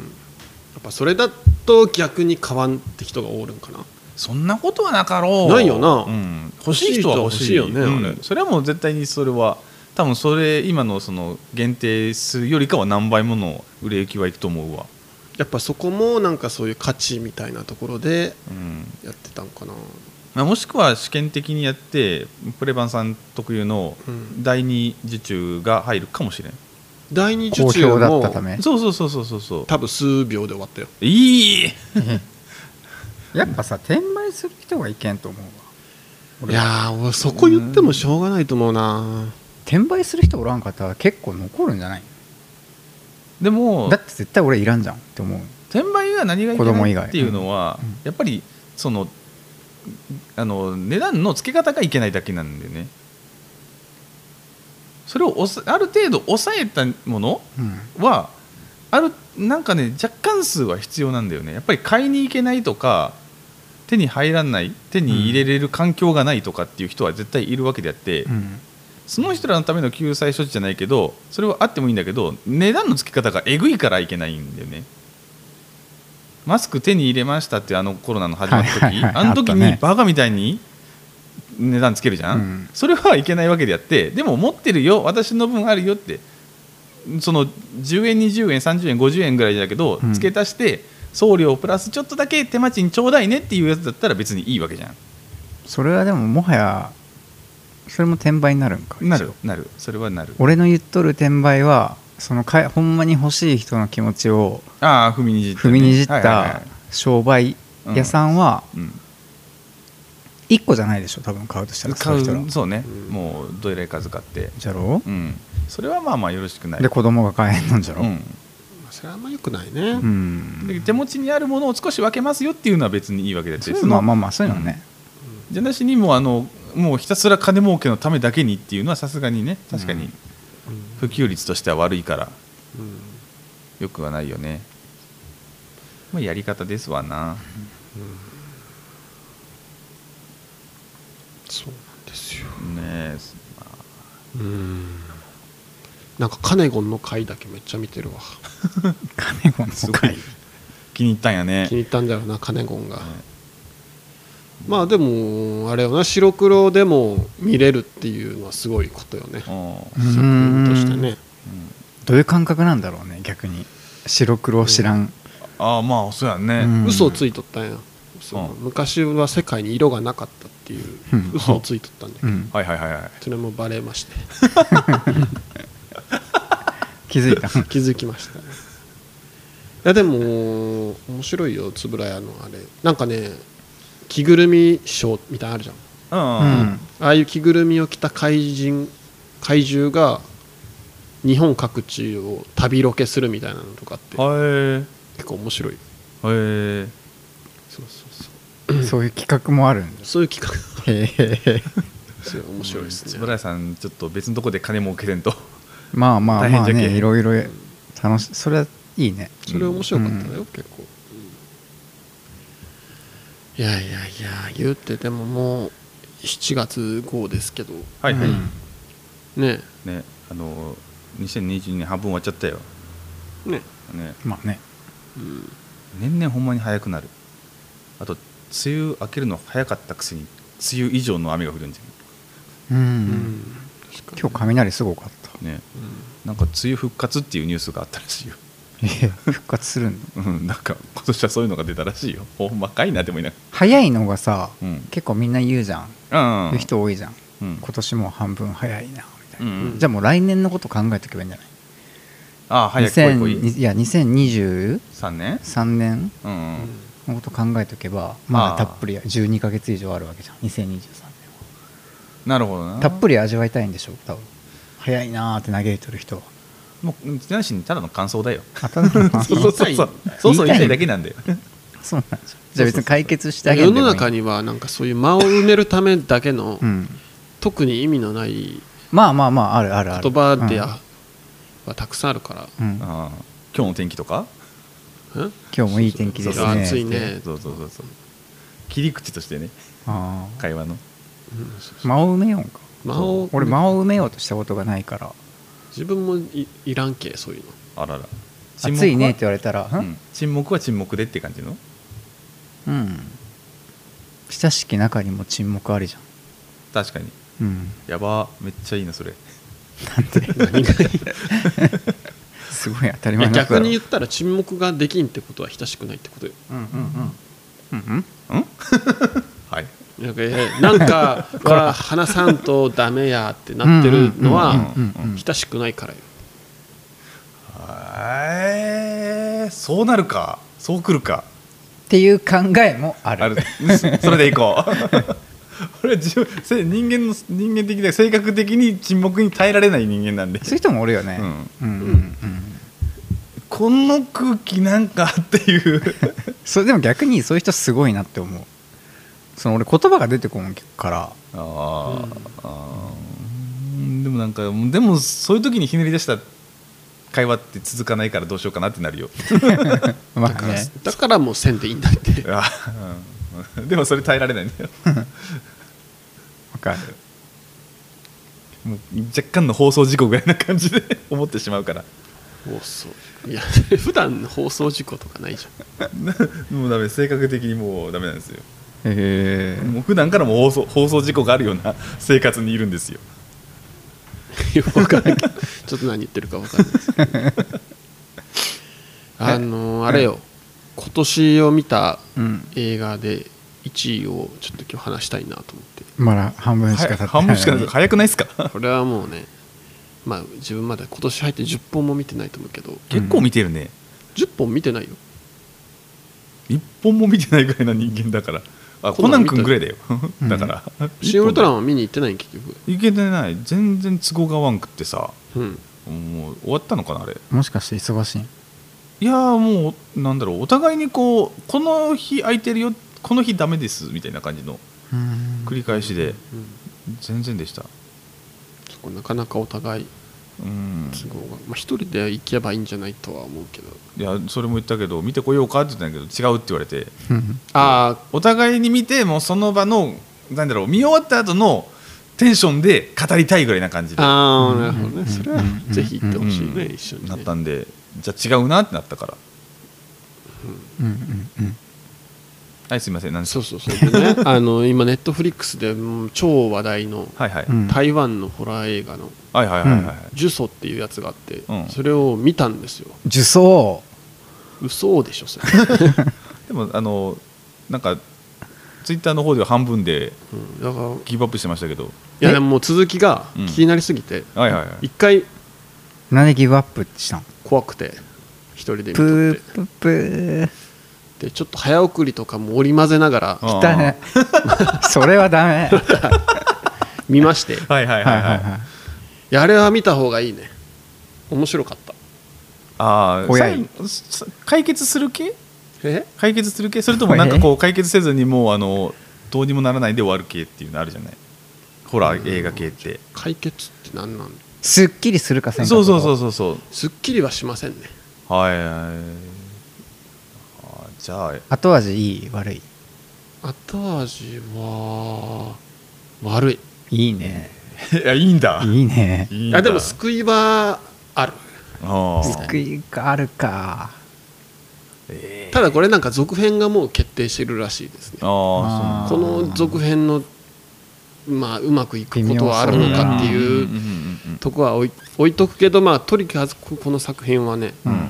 ぱそれだと逆に買わんって人がおるんかな
そんなことはなかろう
ないよな
うん、欲しい人は欲しい
欲しい人は欲しいよね
うん
あれ
それはもう絶対にそれは多分それ今のその限定するよりかは何倍もの売れ行きはいくと思うわ、
やっぱそこもなんかそういう価値みたいなところで
うん
やってたんかな
まあ、もしくは試験的にやってプレバンさん特有の
うん
第二受注が入るかもしれん、
第二受
好
注
評だった
も
ため
そうそうそうそうそうそう
多分数秒で終わったよ
いい
やっぱさ転売する人がいけんと思うわ
いやー俺そこ言ってもしょうがないと思うな
転売する人おらんかったら結構残るんじゃない
でも
だって絶対俺いらんじゃんって思う
転売が何がいけ
子供以
ない
外
っていうのは、
うんうん
やっぱりそのあの値段の付け方がいけないだけなんでねそれをおさある程度抑えたもの
うん
はあるなんかね若干数は必要なんだよねやっぱり買いに行けないとか手に入らない手に入れれる環境がないとかっていう人は絶対いるわけであって、
うん
その人らのための救済処置じゃないけどそれはあってもいいんだけど値段の付け方がえぐいからいけないんだよねマスク手に入れましたってあのコロナの始まった時、
はいはいはい
あの時に、
あったね
バカみたいに値段つけるじゃん、
うん
それはいけないわけであってでも持ってるよ私の分あるよってその10円20円30円50円ぐらいだけど、
うん
付け足して送料プラスちょっとだけ手間賃ちょうだいねっていうやつだったら別にいいわけじゃん
それはでももはやそれも転売になるんか
なる
一応
なるそれはなる
俺の言っとる転売はそのかいほんまに欲しい人の気持ちを
ああ踏みにじったね、
踏みにじっ
はいはいは
た
い
商売屋さんは
うん
1個じゃないでしょ多分買うとしたら
買
そういう
う
人
そうね、
うん
もうどれだけ数買って、
じゃろ
うん、それはまあまあよろしくない
で子供が買えんのんじゃろ
うん
それはあんまよくないね、
うん
で手持ちにあるものを少し分けますよっていうのは別にいいわけであって
そういう
そ
のは
の
まあまあそういうのはね
じゃなしにもうあのもうひたすら金儲けのためだけにっていうのはさすがにね確か
う
に
ん
普及率としては悪いから
うん
よくはないよね、まあ、やり方ですわな
そうなんですよ
ねえまあ
うんなんかカネゴンの回だけめっちゃ見てるわ
カネゴン
す
の
ご
回
い気に入ったんやね
気に入ったんだろうなカネゴンが、
ね
まあでもあれよな白黒でも見れるっていうのはすごいことよね
う
作
ん
品としてね
どういう感覚なんだろうね逆に白黒を知らん
ああまあそうやね、
うん
嘘をついとったんやそう
うん
昔は世界に色がなかったっていう
うん
嘘をついとったんだけ
う
ど
ん
はいはいはいはい
それもバレまして
気づい た
気づきましたねいやでも面白いよ円谷のあれなんかね着ぐるみショーみたいなのあるじゃん
うん、
うん
ああいう着ぐるみを着た怪人怪獣が日本各地を旅ロケするみたいなのとかって
はい
結構面白い
はい
そうそうそう
そういう企画もあるんです
そういう企画
へえ
すごい面白いです
円
ね
谷さんちょっと別のとこで金儲けてんと
まあまあまあ
大変じゃけ
ねいろいろ楽しそれはいいね
それ面白かったよ、結構、いやいやいや言うてでももう7月号ですけど
はいはい、
うん
ね
ねあの2022年半分終わっちゃったよ、
ね
ね、
まあね
うん
年々ほんまに早くなるあと梅雨明けるの早かったくせに梅雨以上の雨が降るんじ
う
うん
ん
確か
今日雷すごかった
ゃんね
に
なんか梅雨復活っていうニュースがあったらしいよ
ええ復活するの
うんなんか今年はそういうのが出たらしいよほんまかいなでもいなが
早いのがさ、
うん
結構みんな言うじゃん、
ら
言う人多いじゃん、
うん
今年もう半分早いなみたい
うん
な、
うん
じゃあもう来年のこと考えておけばいいんじゃない
ああ早く来い
2000
来い
いや2023
3年
年
うんうん、
うん
のこと考えておけばまだ
あ
た
ー
っぷり12か月以上あるわけじゃん2023年
なるほど
は
な
たっぷり味わいたいんでしょ多分早いなーって嘆いてる人は
もうなしにただの感想だよ
あただの
そうそうそうそうそうそう言いたいだけなんだよ
そうなんじゃんじゃあ別に解決してあげる
世の中にはなんかそういう間を埋めるためだけの、
うん、
特に意味のない
まあまあまああるあるあ
言
る
葉ではたくさんあるから、
うんうん
ああ今日の天気とか
うん
今日もいい天気です
そうそう
ね
暑いね
そうそうそうそう切り口としてね
ああ
会話の
間を埋めようんか
間を
俺間を埋めようとしたことがないから
自分もいいらんけそういうの
あらら沈黙は
暑いねって言われたら
うん沈黙は沈黙でって感じの
うん、うん、親しき中にも沈黙ありじゃ
確かに
んうん
やばーめっちゃいいなそれ
何がいい
すごい当たり
いや
前なこと
逆
だろ
に言ったら沈黙ができんってことは親しくないってことよ
うんうんうんうんうん
うん はい
なんかえーなん かは話さんとダメやってなってるのは
うんうんうんうん
親しくないからよ
はーいそうなるかそうくるか
っていう考えもある
あるそれでいこう 俺自分せ人間の人間的な性格的に沈黙に耐えられない人間なんで
そういう人もおるよね
う
うんうんうん
この空気なんかっていう
それでも逆にそういう人すごいなって思うその俺言葉が出てこんから
あー、
うん
あーでもなんかでもそういう時にひねり出した会話って続かないからどうしようかなってな るよ
うまくね
だからもう線でいいんだって
あーうんでもそれ耐えられないんだよ
わかる
もう若干の放送事故ぐらいな感じで 思ってしまうから
放送いや 普段放送事故とかないじ
もうダメ性格的にもうダメなんですよ
え
もう普段からも放送放送事故があるような 生活にいるんですよ
ゃん よくわからんけどちょっと何言ってるかわかんない ですけどあのあれよ今年を見た
うん
映画で1位をちょっと今日話したいなと思って
まだ半分しか経ってな
はいい半分しかない早くないですか
これはもうねまあ自分まだ今年入って10本も見てないと思うけど
結構見てるね、
10本見てないよ
一本も見てないぐらいの人間だからあ
コ
コ
ナ
ナ
ン
ン
見た
君ぐらいだよ
うん
だから
「シン・ウルトラ
ン
マン」は見に行ってないん結局
いけてない全然都合が合わんくってさ
うん
もう終わったのかなあれ
もしかして忙しい
いやーもうなんだろうお互いにこうこの日空いてるよこの日ダメですみたいな感じの
うん
繰り返しで
うん
全然でした
そこなかなかお互い
うん
都合がまあ一人で行けばいいんじゃないとは思うけど
いやそれも言ったけど見てこようかって言ったんだけど違うって言われて
うん
あ
お互いに見てもうその場のなんだろう見終わった後のテンションで語りたいぐらいな感じ
あ
でな
ああなる
うん
ほど
うん
ねそれは
うん
ぜひ行ってほしいね
うん
一緒にね
ったんでじゃあ違うなってなったから
うんうんうん
はいすいません何でし
そ
ょ
うそうそうでねあの今ネットフリックスでうん超話題の
はいはい、
うん
台湾のホラー映画の
はいはいはいはいはい
「呪詛」っていうやつがあって
うん
それを見たんですよ
受賞
嘘でしょそれ、
でもあのなんかツイッターの方では半分で
うん、だから
ギブアップしてましたけど
いや
え
でももう続きが
うん
気になりすぎて
はいはいはい
一回
なんでギブアップしたの
怖くて一人で見
プ
とっ
ープープー
てでちょっと早送りとかも織り交ぜながら
あー
だね それはダメは
見ましてい
はいはい
い
は
はいい
は
はいい
やあれは見た方がいいね面白かった
ああ
親
最後さ解決する系
え
解決する系それともなんかこう解決せずにもうあのどうにもならないで終わる系っていうのあるじゃないホラー映画系って
解決って何なん
すっきりするかせんか
そうそうそう
う
そうそう
すっきりはしませんね
はいはいあーじゃあ
後味いい悪い
後味は悪い
いいね
いやいいんだ
いいね
いいんだ
あでも救いはある
あー
救いがあるか
えー
ただこれなんか続編がもう決定してるらしいですね
あー
この続編のまあうまくいくことはあるのかって
そう
い
ん
うん
ん
とこは置い置いとくけどまあとにかくこの作品はね、
うんうん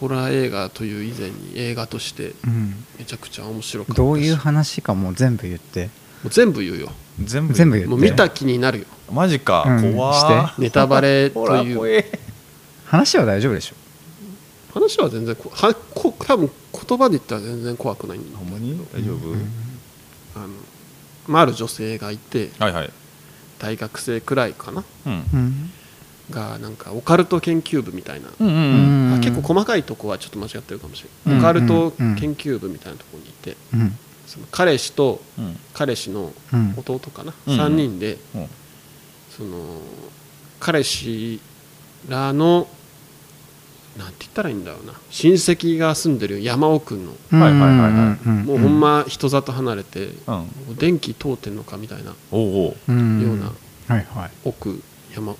ホラー映画という以前に映画として
うん
めちゃくちゃ面白かったし
どういう
も
話かもう全部言って
う全部言うよ
うん全部
全部言
もう見た気になるよ
マジか、
うん
怖
し
ネタバレ
ほ
と
ら
い
怖
う
え
話は大丈夫でしょ
話は全然こはこ多分言葉で言ったら全然怖くないんだ
ほんまに大丈夫、
あの、まあ、ある女性がいて
はいはい
大学生くらいかな
うん
うん
がなんかオカルト研究部みたいな、
うん
う
うん
あ結構細かいとこはちょっと間違ってるかもしれ
う
ない、
ん
オカルト研究部みたいなところにいて
うん
その彼氏と
うん
彼氏の
うん
弟かな、
うん
3人で、
うん
その彼氏らのなんて言ったらいいんだろうな親戚が住んでる山奥の
はいはいはいは
う
い
んうん
もうほんま人里離れて、
うん
もう電気通ってんのかみたいなよ
おうおう
うん
うな
はいはい
奥山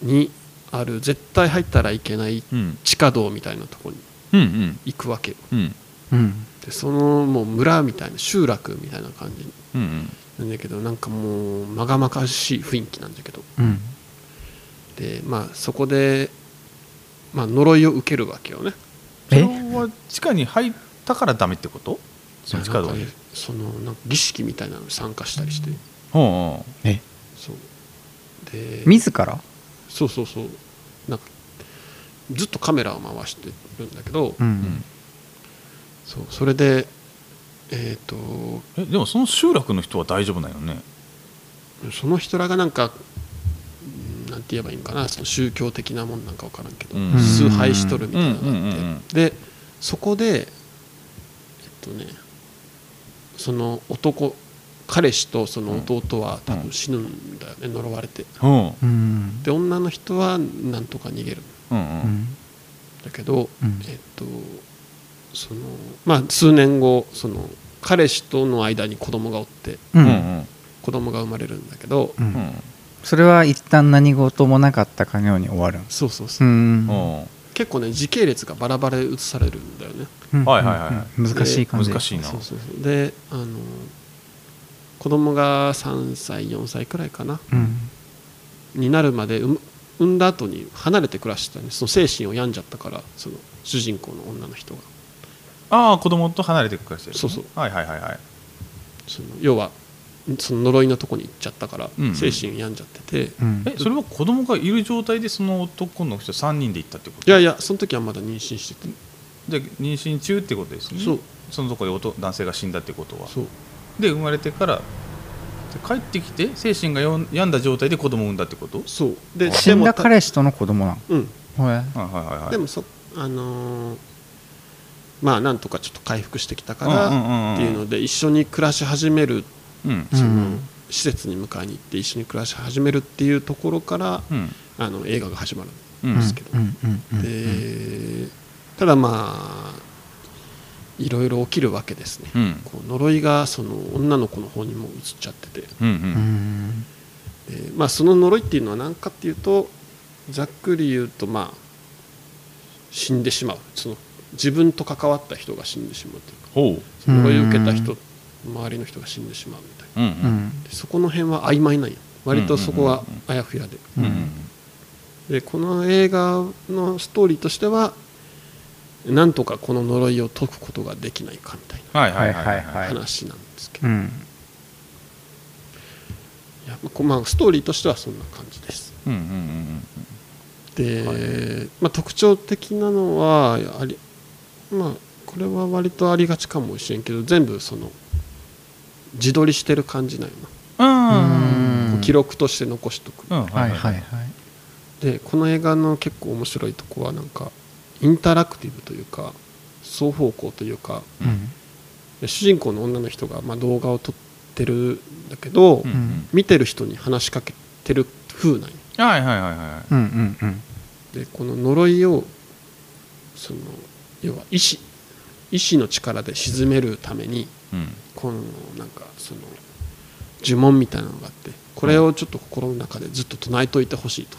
にある絶対入ったらいけない
うん
地下道みたいなとこに
うんうん
行くわけよ
うん
うん
でそのもう村みたいな集落みたいな感じ
うんうん
なんだけどなんかもうまがまがしい雰囲気なんだけど
うん
でまあそこで、まあ、呪いを受けるわけよね
それ
え
は地下に入ったからダメってことその地下道
いや
に
なんかねそのなんか儀式みたいなのに参加したりして
うんうん
え
そうで
自ら
そうそうそうなんかずっとカメラを回してるんだけど、
うん
そうそれでえっ、
えでもその集落の人は大丈夫なんよね
とその人らがなんかうんなんて言えばいいんかなその宗教的なもんなんか分からんけど、
うん
崇拝しとるみ
う
たい
ん
な
う
の
ん
があって、で
うん
そこでえっとねその男彼氏とその弟は多分死ぬんだよね、呪われて
うんうん
うん
で女の人はなんとか逃げるん
うんうん
だけど、
うん
えっとそのまあ数年後その彼氏との間に子供がおって
う
うんん
子供が生まれるんだけど、
う
うんん
それは一旦何事もなかったかのように終わるん
そうそうそうう、
ん
うん
結構ね時系列がバラバラで映されるんだよね
うん
はいはいはい
うん難しい感じ
難しいな
そうそうそうであの子供が3歳4歳くらいかな
うん
になるまで産産んだ後に離れて暮らしてたねその精神を病んじゃったからその主人公の女の人が
ああ子供と離れて暮らしてる
そうそう
はいはいはいはい
その要はその呪いのとこに行っちゃったから
うんうん
精神病んじゃってて、い
うん
えそれは子供がいる状態でその男の人3人で行ったってこと
やいやその時はまだ妊娠してて
じゃあ妊娠中ってことですね
そう
そのとこで男男性が死んだってことは
そう
で生まれてからで帰ってきて精神がよん病んだ状態で子供を産んだってこと
そうで
死んだ
た
彼氏との子供なの
うん
ほえ
はいはいはいはい
でもそあのーまあなんとかちょっと回復してきたか
うんうんうんう
ら
ん
っていうので一緒に暮らし始める
うん
うん
その施設に迎えに行って一緒に暮らし始めるっていうところから
うん
あの映画が始まる
うん
ですけど
うんうんうん
でただまあいろいろ起きるわけですね、
うん
こう呪いがその女の子の方にも移っちゃってて
うんう
うんん
でまあ、その呪いっていうのは何かっていうとざっくり言うとまあ死んでしまうその自分と関わった人が死んでしまうというか
ほう
その呪いを受けた
う
人周りの人が死んでしまうみたい
うんう
うんん
なでそこの辺は曖昧なんよ割とそこは
うんうんうん
あやふやで
うん
でこの映画のストーリーとしてはなんとかこの呪いを解くことができないかみたい
はいはいはいはい
は
はい
ない話なんですけど、
うん
いやまあこうまあ、ストーリーとしてはそんな感じです
うんうんうん
で、まあ、特徴的なのはあり、まあ、これは割とありがちかもしれんけど全部その自撮りしてる感じなんよ
うん
な、
うん
記録として残しとく、
うん
はいはいはい
でこの映画の結構面白いとこはなんかインタラクティブというか双方向というか
うん
で主人公の女の人がまあ動画を撮ってるんだけど、
うんうん
見てる人に話しかけてる風なんよ
はいはいはいはい
うんうんうん
でこの呪いをその要は意志意志の力で沈めるために
うん
このなんかその呪文みたいなのがあってこれをちょっと心の中でずっと唱えといてほしいと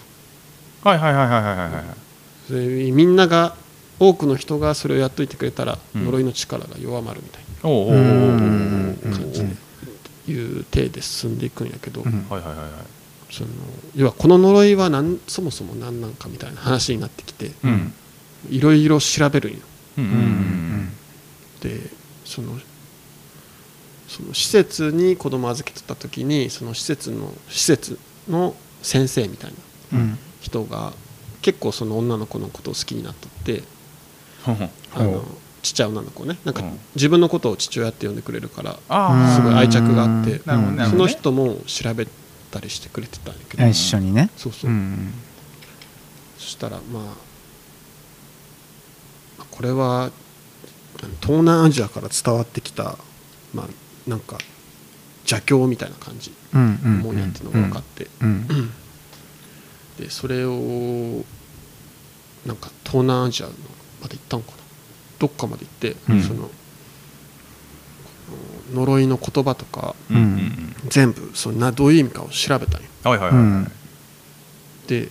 はいはいはいはいはいはいはい
それみんなが多くの人がそれをやっといてくれたら
うん
呪いの力が弱まるみたい
おうおうおうおうおう
な感じでいう体で進んでいくんやけど、
うん
はいはいはいはい
その要はこの呪いはなんそもそも何なんかみたいな話になってきて
うん
いろいろ調べるんよ
うんうん
うん
でそのその施設に子供預けてた時にその施設の施設の先生みたいな
うんうん
人が結構その女の子のことを好きになっとって
うんうん
あ
ほ
の
う
ちっちゃい女の子ねなんか
うん
自分のことを父親って呼んでくれるから
ああ
すごい愛着があって
うん
なるほどね
その人も調べたりしてくれてたんやけど
一緒にね
そうそううんそしたらまあこれはあの東南アジアから伝わってきたまあなんか邪教みたいな感じ
うんうん
もんやっていうのが分かって
うん
でそれをなんか東南アジアのまで行ったんかなどっかまで行って、
うん
そのこの呪いの言葉とか
うんうんうん
全部そんなどういう意味かを調べたんよ
はいはいは
う
い
ん
はい
で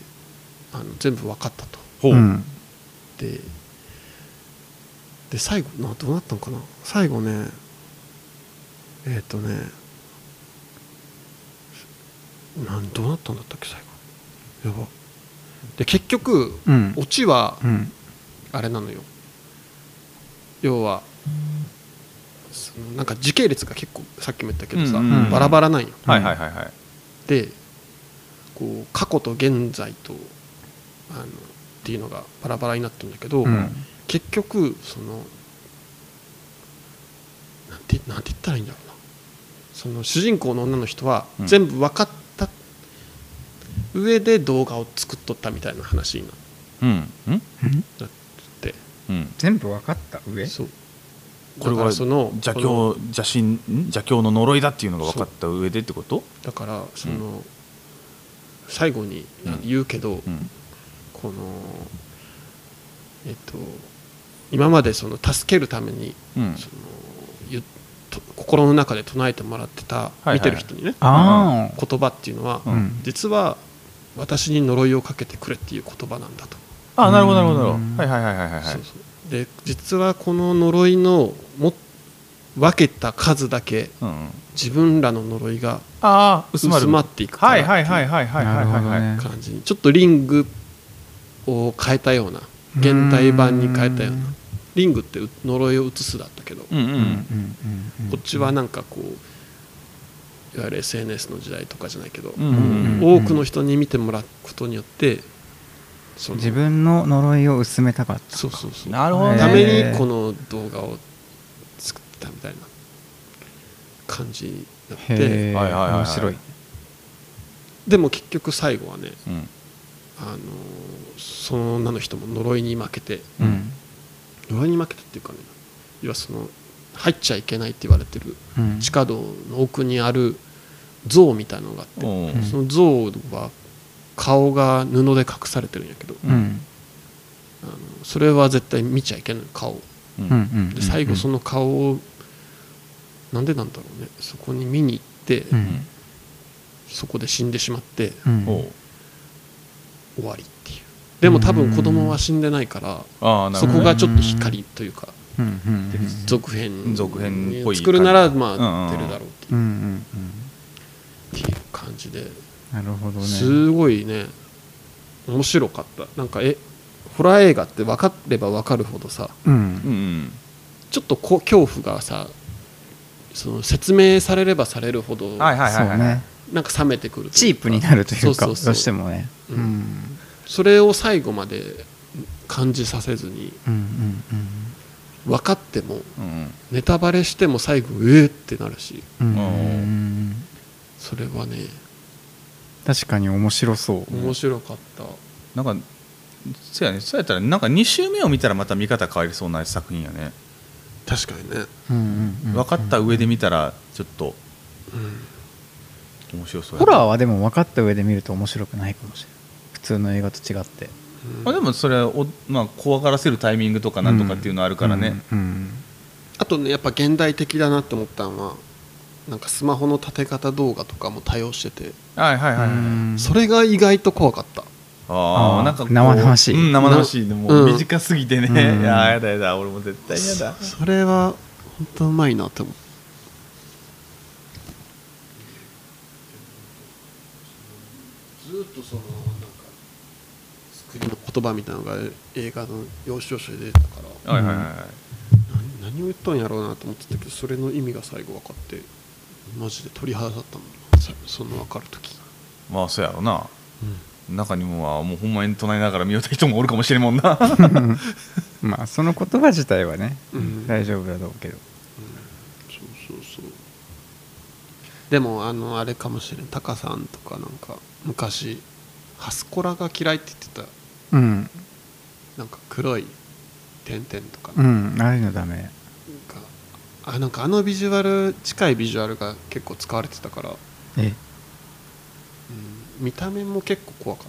あの全部分かったと。
ほう
うん
でで最後などうなったのかな最後ねえっ、とねなんどうなったんだったっけ最後やばで結局、
うん
オチは
うん
あれなのよ要はそのなんか時系列が結構さっきも言ったけどさ、
うん
うんうん
バラバラなんよ、
はいはいはいはい
でこう過去と現在とあのっていうのがバラバラになってるんだけど、
うん
結局そのなんてなんて言ったらいいんだろうなその主人公の女の人は
うん
全部分かった上で動画を作っとったみたいな話になっ
うんうん
て
うん
全部分かった上
そう
これ
だか
は
らその
邪
この
教邪神ん邪教の呪いだっていうのが分かった上でってこと
だからその、最後に
うん
言うけど、
うん
このえっと今までその助けるために
うん
そのゆと心の中で唱えてもらってた
いはい
見てる人にね
あ
言葉っていうのは
うん
実は私に呪いをかけてくれっていう言葉なんだと
あなるほどなるほどなるほどはいはいはいはいはい
そうそうで実はこの呪いのも分けた数だけ
うんうん
自分らの呪いが
ああ薄
薄
まる
まっていくから
はいはいはいはいはいはいはいはい
なるほ
感じにちょっとリングを変えたような現代版に変えたような
うん
リングって呪いを移すだったけど、
うんう
うんうん
ん
うんうん
こっちはなんかこういわゆる SNS の時代とかじゃないけど、
うんうん
多くの人に見てもらうことによってその
自分の呪いを薄めたかった
そうそうそう
なるほど
ため
ね
にこの動画を作ったみたいな感じになっ
へ
て
え
はいはいはいはい
面白い
でも結局最後はね
うん
あのーその女の人も呪いに負けて
うん
呪いに負けてっていうかね要はその入っちゃいけないって言われてる
うん
地下道の奥にある像みたいなのがあって
おう
うん
その像は顔が布で隠されてるんやけど、
うんうん
あのそれは絶対見ちゃいけない顔を
う
うんうんんう
で
ん
最後その顔をなんでなんだろうねそこに見に行って、
うん
そこで死んでしまって
うん
おう
終わりっていうでも多分子供は死んでないから、
ああな
そ
る
こ
ほどね
がちょっと光というか、
うんうんうんうん
続編
続編っぽい
作るなら
うんうん
ま
う
あ
ん
出るだろうっていう,、
うんうん
っていう感じで
うんなるほどね
すごいね面白かったなんかえホラー映画って分かれば分かるほどさ
う
うん
ん
うん
ちょっとこ恐怖がさその説明されればされるほど
はいはい
そ
は
う
いはい
ね
なんか冷めてくるというか
チープになるというか
そ
ど
う
う
そうそう
してもね
う
うんん
それを最後まで感じさせずに
うんうんうん
分かっても
うん
ネタバレしても最後うえってなるし
うん
お
うん
それはね
確かに面白そう
面白かった、
なんかそうやねそうやったらなんか2周目を見たらまた見方変わりそうな作品やね
確かにね、
分
分かった上で見たらちょっと
うん、
面白そうや
ホ
ね
ラーはでも分かった上で見ると面白くないかもしれない普通の映画と違って
まあ、でもそれはお、まあ、怖がらせるタイミングとかなんとかっていうのあるからね、
うんうん
あとねやっぱ現代的だなって思ったのはなんかスマホの立て方動画とかも対応してて、
はいはいはいはい、
うん
それが意外と怖かった
あ
あ
あ
ー
なんかこう
生々しい
うん、生々しいでも
う
うん短すぎてね、
うん
いやーやだやだ俺も絶対やだ
それは本当うまいなって思うずっとそのなんか作りの言葉みたいなのが映画の要所要所で出てたから
はいはいはい
何何を言ったんやろうなと思ってたけどそれの意味が最後分かってマジで鳥肌だったもんさその分かる時、
まあそうやろな
うん、
中にもはもうほんまに唱えながら見よった人もおるかもしれんもんな
まあその言葉自体はね
うん
大丈夫だろうけど
そうそうそうでもあのあれかもしれんタカさんとかなんか昔ハスコラが嫌いって言ってた
うん
なんか黒い点々とか
う
なんか、
んああいうのダメ
あなんかあのビジュアル近いビジュアルが結構使われてたから、
え
うん、見た目も結構怖かっ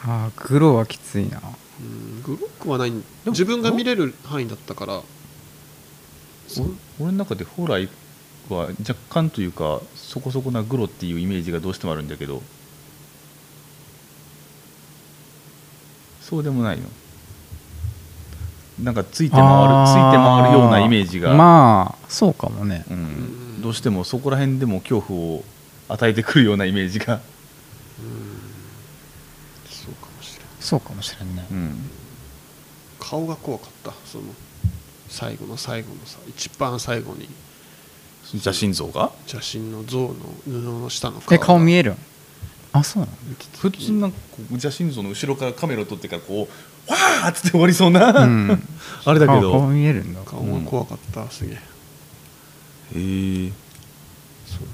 たな、
ああ黒はきついな
うん、グロくはないん
も
自分が見れる範囲だったからそう
お俺の中でホラーは若干というかそこそこなグロっていうイメージがどうしてもあるんだけどそうでもないのなんかついて回るついて回るようなイメージが、
まあそうかもね
うん
ん
どうしてもそこら辺でも恐怖を与えてくるようなイメージが、
うんそうかもしれない
そうかもしれんね
うん、
顔が怖かったその最後の最後のさ一番最後に
邪神像が
写真の像の布の下の
え顔見
え
えるんあそうなの
普通なんかこう邪神像の後ろからカメラを撮ってからこうわーっつって終わりそうな、
うん
あれだけ
あ顔
ど
見えるんだ
顔が怖かった、すげえ
へー
そうなんや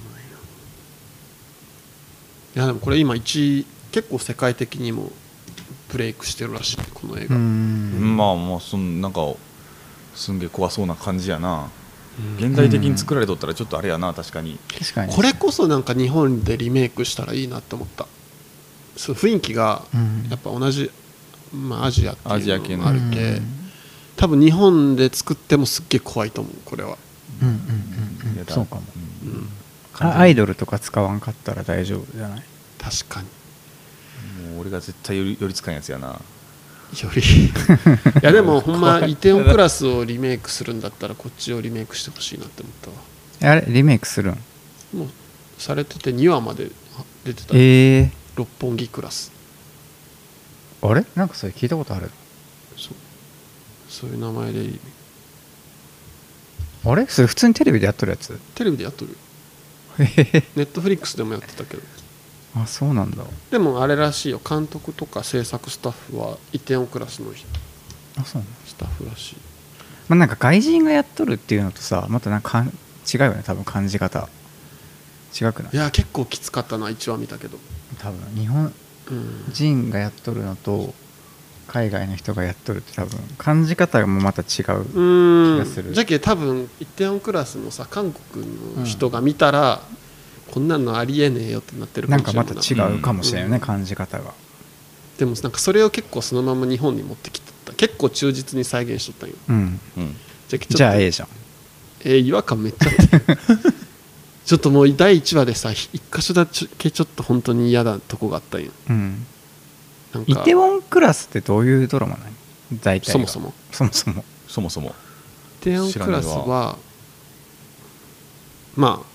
いやでもこれ今一結構世界的にもブレイクしてるらしいこの映
う
画、
ん
まあまあそのなんかすんげえ怖そうな感じやな
うん
現代的に作られとったらちょっとあれやな確かに
確かに
これこそなんか日本でリメイクしたらいいなって思ったそう雰囲気が
うん
やっぱ同じ、まあ、アジアって
アジア
い
系
うのも
の
あるけ、多分日本で作ってもすっげえ怖いと思うこれは、
うんうんうんう
や
ん
だ
そうかも
うんん、
あアイドルとか使わんかったら大丈夫じゃない
確かに
もう俺が絶対寄り寄りつかんやつやな
よりいやでもほんまイテオンクラスをリメイクするんだったらこっちをリメイクしてほしいなって思ったわ
あれリメイクするん
もうされてて2話まで出てた、
ええ
六本木クラス
あれなんかそれ聞いたことある
そうそういう名前で
あれそれ普通にテレビでやっとるやつ
テレビでやっとる
へへ
ネットフリックスでもやってたけど
あそうなんだ
でもあれらしいよ監督とか制作スタッフはイテオンクラスの人
あそうなんだ
スタッフらしい
まあなんか外人がやっとるっていうのとさまたなんかかん違うよね多分感じ方違くない
いや結構きつかったな1話見たけど
多分日本
うん
人がやっとるのと海外の人がやっとるって多分感じ方もまた違う、
うーん
気がする
じゃけ多分イテオンクラスのさ韓国の人が見たら、こんなのありえねえよってなってるか
なん
も
か
しれ
ま
ん
た
ない
違うかもしれないよね、
うん
感じ方が
でもなんかそれを結構そのまま日本に持ってきてた結構忠実に再現しとったんよ
うん
うん
じゃけちょっと
じゃあ A じゃん
えー違和感めっちゃあって ちょっともう第1話でさ一箇所だけちょっと本当に嫌なとこがあったんよ
うん
なん
イ
か
テウォンクラスってどういうドラマなの大体が
そもそも
そもそも
そもそも
テオンクラス
知らない
はまあ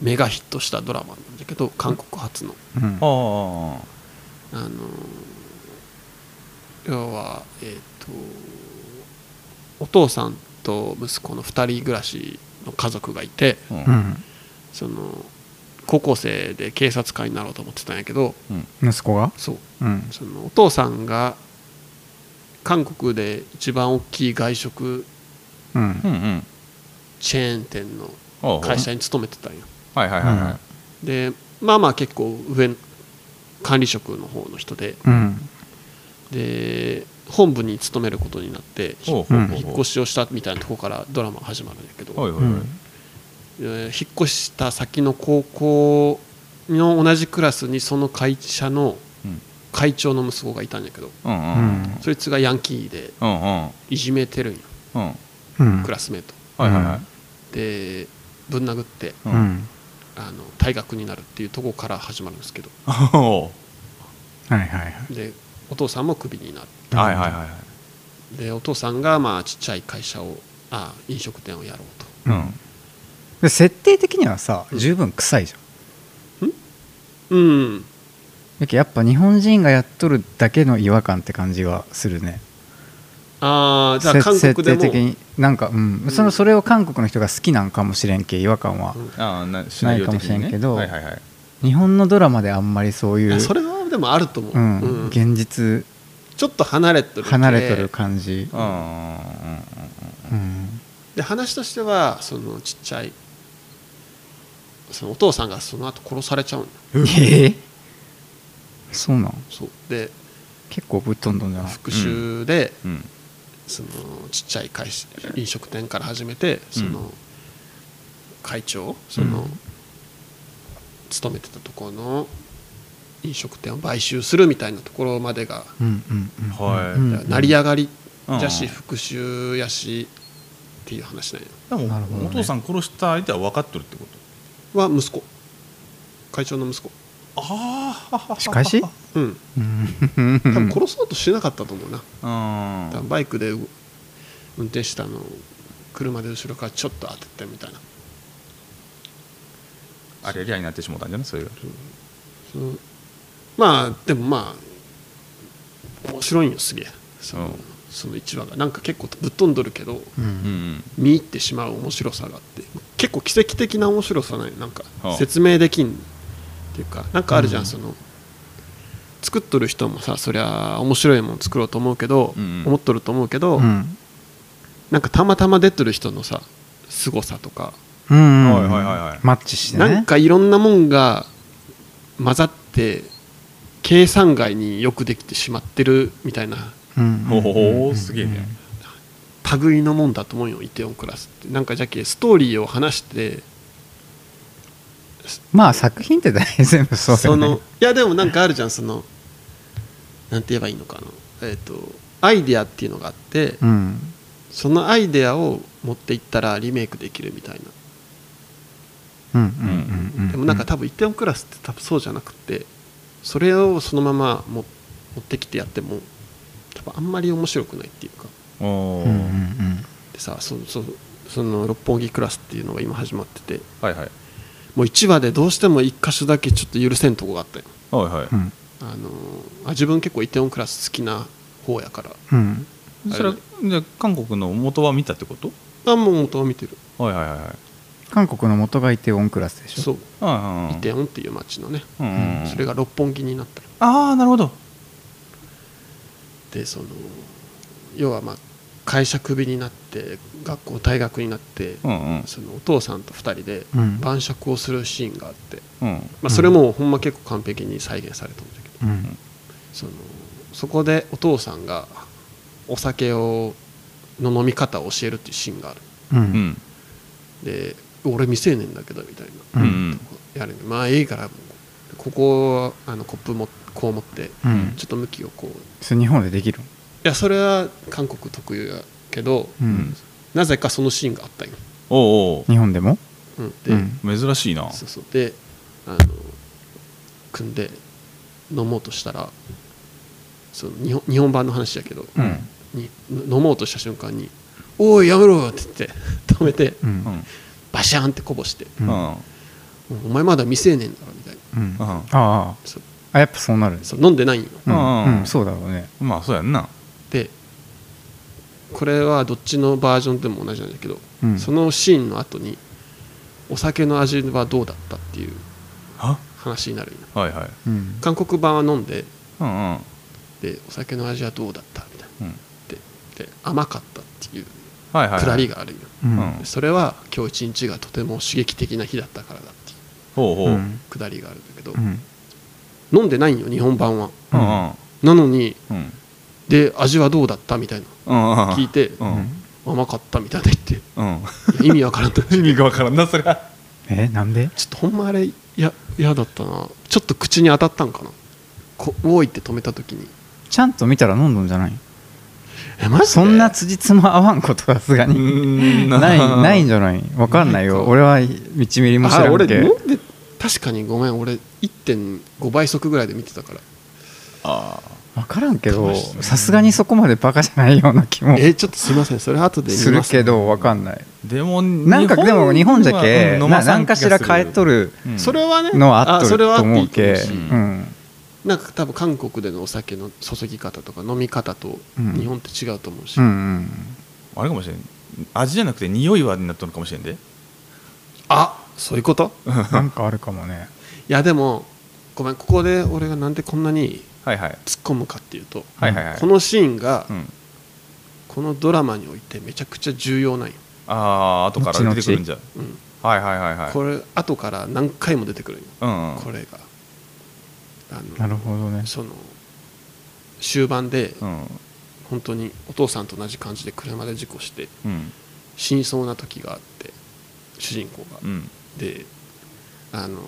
メガヒットしたドラマなんだけど韓国発の、
うん
あ
あのー要はえっ、とお父さんと息子の2人暮らしの家族がいて
あ
う
うん
ん
その高校生で警察官になろうと思ってたんやけど
うん
息子が
そう
うん
そのお父さんが韓国で一番大きい外食
う
うん
ん
うん
チェーン店の
ああ
会社に勤めてたんよ
はいはいはいは
うん
い
でまあまあ結構上管理職の方の人で
うん
で本部に勤めることになってひ
ほうほうほうほう
引っ越しをしたみたいなところからドラマが始まるんだけど、
はいは
う
いは
ん
えー引っ越した先の高校の同じクラスにその会社の
いうん
会長の息子がいたんだけど
うん
う
うん
ん
そいつがヤンキーで
うんうん
いじめてるんよ
うん
うん
クラスメート
はいはいはい
でぶん殴って
う
うん
ん
あの退学になるっていうところから始まるんですけど
お
はいはいはい
でお父さんもクビになる
ー はいはいはいはい
でお父さんがまあちっちゃい会社をあ飲食店をやろうと
うん
で設定的にはさ
うん
十分臭いじゃん
うん
だけどやっぱ日本人がやっとるだけの違和感って感じがするね
ああじゃあ
せ
韓国でも
設定的になんか、うん
うん
そのそれを韓国の人が好きなんかもしれんけ違和感は、
うん
ああなシナリオ的に
な
ね
いかもしれんけど
はいはいはい
日本のドラマであんまりそうい
あ
う
それはでもあると思う、
うん
うん
現実
ちょっと離れてるけ
離れてる感じ、
うんうんうん
うん
で話としてはそのちっちゃいそのお父さんがその後殺されちゃうんだ
えーそうなん
そうで
結構ぶっ飛んどんじゃない
復讐で、
うんうん
そのちっちゃい会社飲食店から始めてその、
うん
会長その、
うん
勤めてたところの飲食店を買収するみたいなところまでが、
うんうんうん
はい
うん
だから成り上がり
うん
じゃし、復讐やしっていう話なんや
でも
なるほどね
お父さん殺した相手は分かっとるってこと
は息子会長の息子
ああ
しかし
うん
うん
多分殺そうとしなかったと思うな、
うん
多分バイクでう運転してたのを車で後ろからちょっと当ててみたいな
あれりゃになってしもうたんじゃないそれが
そのまあでもまあ面白いんよすげえその,、
うん
その1話がなんか結構ぶっ飛んどるけど
う
うんうんん
見入ってしまう面白さがあって結構奇跡的な面白さないなんか
はあ
説明できんっていうかなんかあるじゃん、
うん
その作っとる人もさそりゃ面白いもん作ろうと思うけど、
うんうん
思っとると思うけど、
うん
なんかたまたま出てる人のさ凄さとか、
うん
はいはいはいはい
マッチしてね
なんかいろんなもんが混ざって計算外によくできてしまってるみたいな
うん
おおすげえね
類のもんだと思うよイテオンクラスってなんかじゃけストーリーを話して
まあ作品って大体全部そうだ
そ
よね
のいやでもなんかあるじゃんそのなんて言えばいいのかなえっ、とアイデアっていうのがあって、
うん
そのアイデアを持っていったらリメイクできるみたい
うんうんうんう
なんでもなんか多分イテオンクラスって多分そうじゃなくてそれをそのままも持ってきてやっても多分あんまり面白くないっていうか
おー
うんうん
でさそそその六本木クラスっていうのが今始まってて
はいはい
もう1話でどうしても1箇所だけちょっと許せんとこがあったよ
はいはい、
うん
あのーあ自分結構イテオンクラス好きな方やから
うん
それはじゃあ韓国の元は見たってこと
あもう元を見てる
はいはいはいはい
韓国の元がいてオンクラスでしょ
そう
あ
イテオンっていう街のね
うんうん、
それが六本木になったの
ああなるほど
でその要はまあ会社クビになって学校退学になって
うんうん
そのお父さんと2人で
うん
晩酌をするシーンがあって
うん
まあそれもほんま結構完璧に再現されたんだけど
うん
そのそこでお父さんがお酒をの飲み方を教えるっていうシーンがある
う
うんん
で俺未成年だけどみたいな
う
うんん
うん
やるんでまあいいからここはあのコップもこう持って
うん
ちょっと向きをこうい
それ日本でできる
やそれは韓国特有やけど、
う
うんん
なぜかそのシーンがあったんよ、
おう
日本でも
うん、で、
うん
おう珍しいな
そうそうであの組んで飲もうとしたらその日本日本版の話やけど、
うん
に飲もうとした瞬間に「おいやめろ!」って言って 止めて
う
うんん
バシャーンってこぼして
う
うんん
あ
「お前まだ未成年だろ」みたいな
うん
あ
ああ
そう
あやっぱそうなる
そう飲んでないんよ
う
うん
んうんそうだろうね
まあそうやんな
でこれはどっちのバージョンでも同じなんだけど、
うん
そのシーンの後にお酒の味はどうだったっていう
は
話になるんよ
はいはい
うん
韓国版は飲んで
うんうん
でお酒の味はどうだったみたいな
うん
でで甘かったっていう
はいはい
くだり
が
があるんよ、
うん
うん
それは今日一日がとても刺激的な日だったからだっていう
ほうほう
う
うん
ん
くだりがあるんだけど、
うん
飲んでないんよ日本版は
うんうん
なのに
うん
で味はどうだったみたいな
うん
聞いて
うん
甘かったみたいな言って い
うん
や意味わからんと
意味がわからんなそれは
えなんで
ちょっとほんまあれや嫌だったなちょっと口に当たったんかなこ「おい」って止めた時に
ちゃんと見たら飲んどんじゃない
えマジで
そんな辻褄合わんことはさすが
う
に
ん
ないないんじゃないわかん
な
ない
い
よ
か
俺は1ミリも知
あ
らん
俺
け
飲んで確かにごめん俺1.5倍速ぐらいで見てたから
あ
分からんけど
楽しそう
さすがにそこまでバカじゃないような気も
えちょっとすいませんそれ後で見ます
するけど分かんない
ーでも
なんかでも日本じゃけ
は
な
飲まさ
何
ん
かしら
気がす
変えとる
うん
それはね
のはあっ
あ
と
そ
る
れはあ
と
っていい
思
うと思
け
うし
う
うん
なんか多分韓国でのお酒の注ぎ方とか飲み方と
うん
日本って違うと思うし、
うんうん
あれかもしれん味じゃなくて匂いはになっとるかもしれんで
あそういうこと
なんかあるかもね
いやでもごめんここで俺がなんでこんなに
はいはい
突っ込むかっていうと、
はいはいはい
このシーンが、
うん
このドラマにおいてめちゃくちゃ重要なんよ、
ああ後から出てくるんじゃ
うん
はいはいはいはい
これ後から何回も出てくるんよ、
うんうん
これがあの
なるほどね
その終盤で
うん
本当にお父さんと同じ感じで車で事故して
うん
死にそうな時があって主人公が、
うん
であの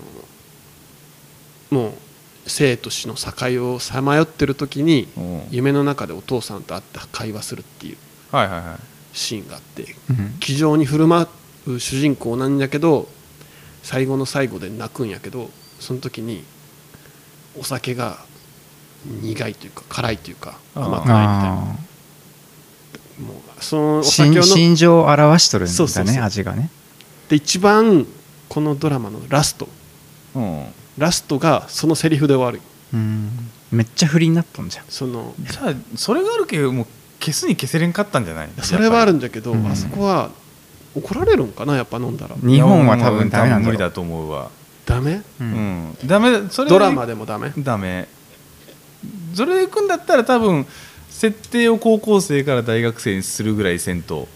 もう生と死の境をさまよってる時に
おう
夢の中でお父さんと会って会話するっていう
はいはいはい
シーンがあって
うん
気丈に振る舞う主人公なんやけど最後の最後で泣くんやけどその時にお酒が苦いというか辛いというか
あー
甘くないみたいな
あ
もうそのお
あ
酒を
心
飲ん
心情を表しとるん
そうそ
だ
うそう
ね味がね
で一番このドラマのラスト
うん
ラストがそのセリフで終わる
うんめっちゃ不利になっとんじゃん
その
じゃあそれがあるけどもう消すに消せれんかったんじゃない
それはあるん
じ
だけど、
うん
あそこは怒られるんかなやっぱ飲んだら
日本は多分ダメなんだ
無
ろ
理だ
う
と思うわ
ダメ
う
うんんダメだそれ
ドラマでもダメ
ダメそれでいくんだったら多分設定を高校生から大学生にするぐらいせんと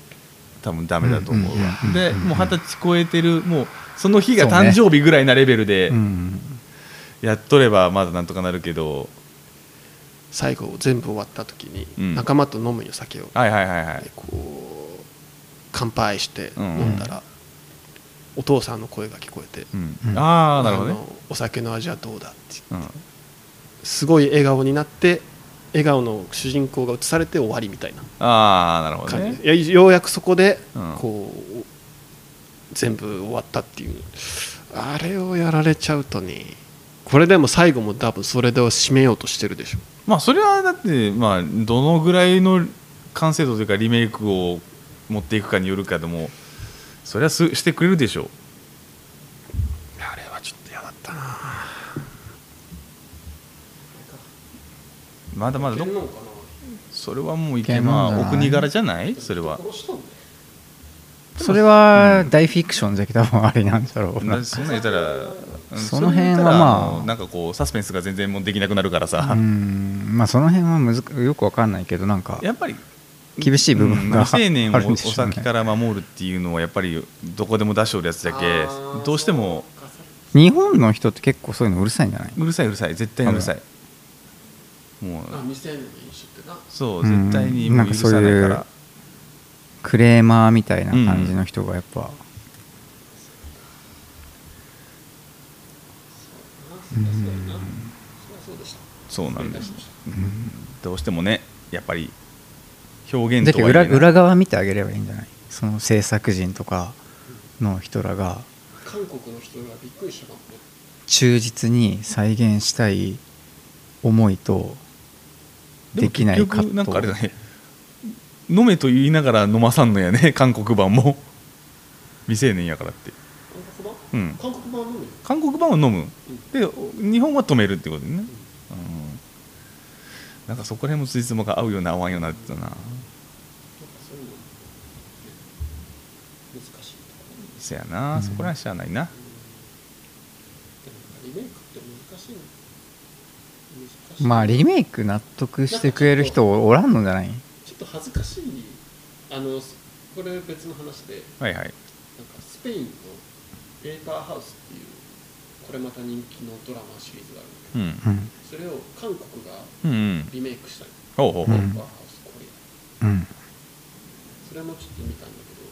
多分ダメだと思う
う
わ、
んうんうんうん
で
うん
もう二十歳超えてるもうその日が誕生日ぐらいなレベルで
うん
やっとればまだなんとかなるけど、
最後全部終わった時に
うん
仲間と飲むよ酒を、
はいはいはいはい
でこう乾杯して
うん
飲んだら、お父さんの声が聞こえて、
うん
うん
ああなるほどね
のお酒の味はどうだって
うん
すごい笑顔になって笑顔の主人公が映されて終わりみたいな
ああなるほど
感
ね
じ、いやようやくそこで
うん
こう、全部終わったっていうあれをやられちゃうとねここれでも最後も多分それで締めようとしてるでしょ
まあそれはだってまあどのぐらいの完成度というかリメイクを持っていくかによるかでもそれはすしてくれるでしょう
あれはちょっと嫌だったな
まだまだど
んのかな
それはもうい
い
け
けんの
ま
じゃ
あ
ない
お国柄じゃないそれは
殺したんだよ
それは大フィクションじゃ多分ありなんだろうな
なそんなん言ったらうん
その辺は
それ言ったら
まあ
のなんかこうサスペンスが全然もうできなくなるから
う
さ
んまあその辺はむずよくわかんないけどなんか
やっぱり
厳しい部分
う
が
ん未成年を
あるん
お
でしょう
先
ね
から守るっていうのはやっぱりどこでも出しておるやつだ
あ
け
ー
どうしても
日本の人って結構そういうのうるさいんじゃないう
るさいうるさい絶対にうるさいもう
未成年の飲酒ってな
そう
うん
絶対にもう許さない
なん
か
か
ら
クレーマーみたいな感じの人がやっぱ、
そうなんですどうしてもねやっぱり表現
だ
と
け
は
ど
言えな
裏
い
裏側見てあげればいいんじゃないその制作人とかの人らが
韓国の人がびっくりしたかもね
忠実に再現したい思いとできない
も結
葛
局
藤
なんかあれだね飲めと言いながら飲まさんのやね 韓国版も未成年やからって
韓国版
うん
韓国版飲むよ
韓国版は飲むで日本は止めるってことでね、うん、なんかそこら辺もついつまが合うような合わんようなってたな
そういうの難しいところ
せやな、
うん
そこら辺しゃあないな
でもリメイクって難しいの難しい
まあリメイク納得してくれる人おらんのじゃない
ちょっと恥ずかしいあのこれ別の話で
はいはい
なんかスペインのペーパーハウスっていうこれまた人気のドラマシリーズがあるんだ
う
けど、
う
ん
ん
それを韓国が
うんうん
リメイクしたの
ほうほうほう、
う
ペ
ん
ーパーハウスこれ
うん
それもちょっと見たんだけど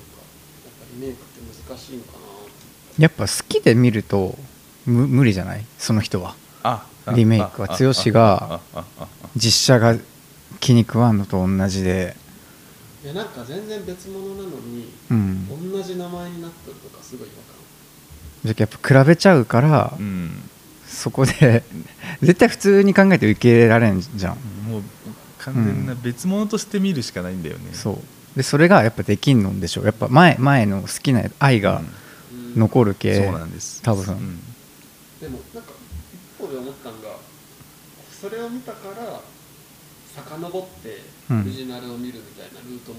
なんかやっぱリメイクって難しいのかなって
やっぱ好きで見るとむ無理じゃないその人は
ああ
リメイクは
ああ
剛が
ああああ
実写が気に食わんのと同じで
いやなんか全然別物なのに
うん
同じ名前になってるとかすごい違和感
じゃあやっぱ比べちゃうから、
うん
そこで 絶対普通に考えて受け入れられんじゃん、
もう完全な別物として見るしかないんだよね、
そうでそれがやっぱできんのでしょうやっぱ前前の好きな愛
うん
が
うん
残る系、
そうなんです
多分
うん
でもなんか一方で思ったのがそれを見たから遡って
うん
オリジナルを見るみたいなルートも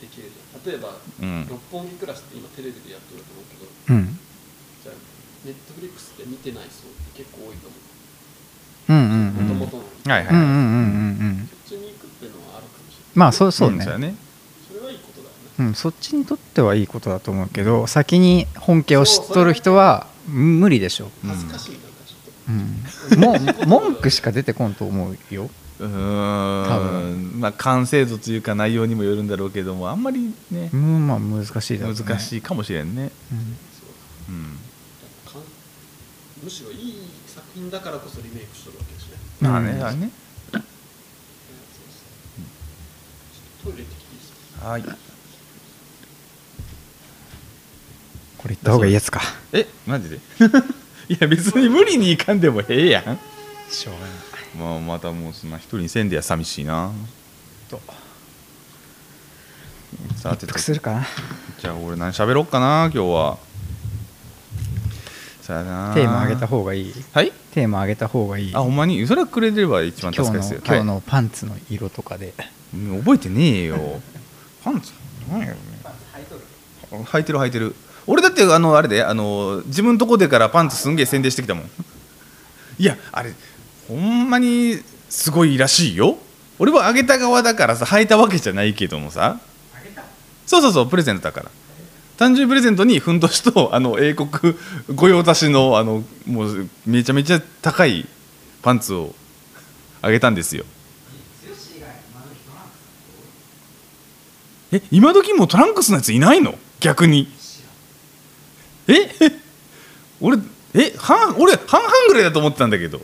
できるじゃん例えば
うん
「六本木クラス」って今テレビでやってると思うけど
うん、
じゃあネットフリックスで見てない層って結構多いと思
うんうん
う
うん
もと
うん
もとのそ
はいはい、
うんうんうんうん
っちに行くっていうのはあるかもしれない
まあそうそうね,、
んよね
それはいいことだよね
うん、そっちにとってはいいことだと思うけど先に本家を知っとる人は無理でしょ
うん
恥ずかしいなんかちょっと
うん、もう 文句しか出てこんと思うよ
うーんまあ完成度というか内容にもよるんだろうけどもあんまりね
うんまあ難しいだろう、ね、
難
い、
しいかもしれんね、
うん、
そうだ
うん、
やっぱかんむしろいい作品だからこそリメイクしとるわけですね
まあね,、
うん
あね
そうそうちょっとトイレ行ってきていいですか
はい
これ言った方がいいやつか
えマジで いや別に無理にいかんでもええやん
しょうがない
まあまたもうそんな一人にせんでや寂しいな
と
さて
一服するかな
じゃあ俺何喋ろっかな今日はさあな
テーマ上げた方がいい
はい
テーマ上げた方がいい
あほんまにそれはくれれば一
今日
番助
の
かる
今
ですよ
日のパンツの色とかで、
はい、覚えてねえよ パンツ何やろね履いてる履いてる俺だってあのあれであの自分とこでからパンツすんげえ宣伝してきたもんいやあれほんまにすごいらしいよ俺はあげた側だからさ履いたわけじゃないけどもさそうそうそうプレゼントだから誕生日プレゼントにふんどしとあの英国御用達のあのもうめちゃめちゃ高いパンツをあげたんですよえ今時もうトランクスのやついないの逆にえ 俺え半俺半々ぐらいだと思ってたんだけど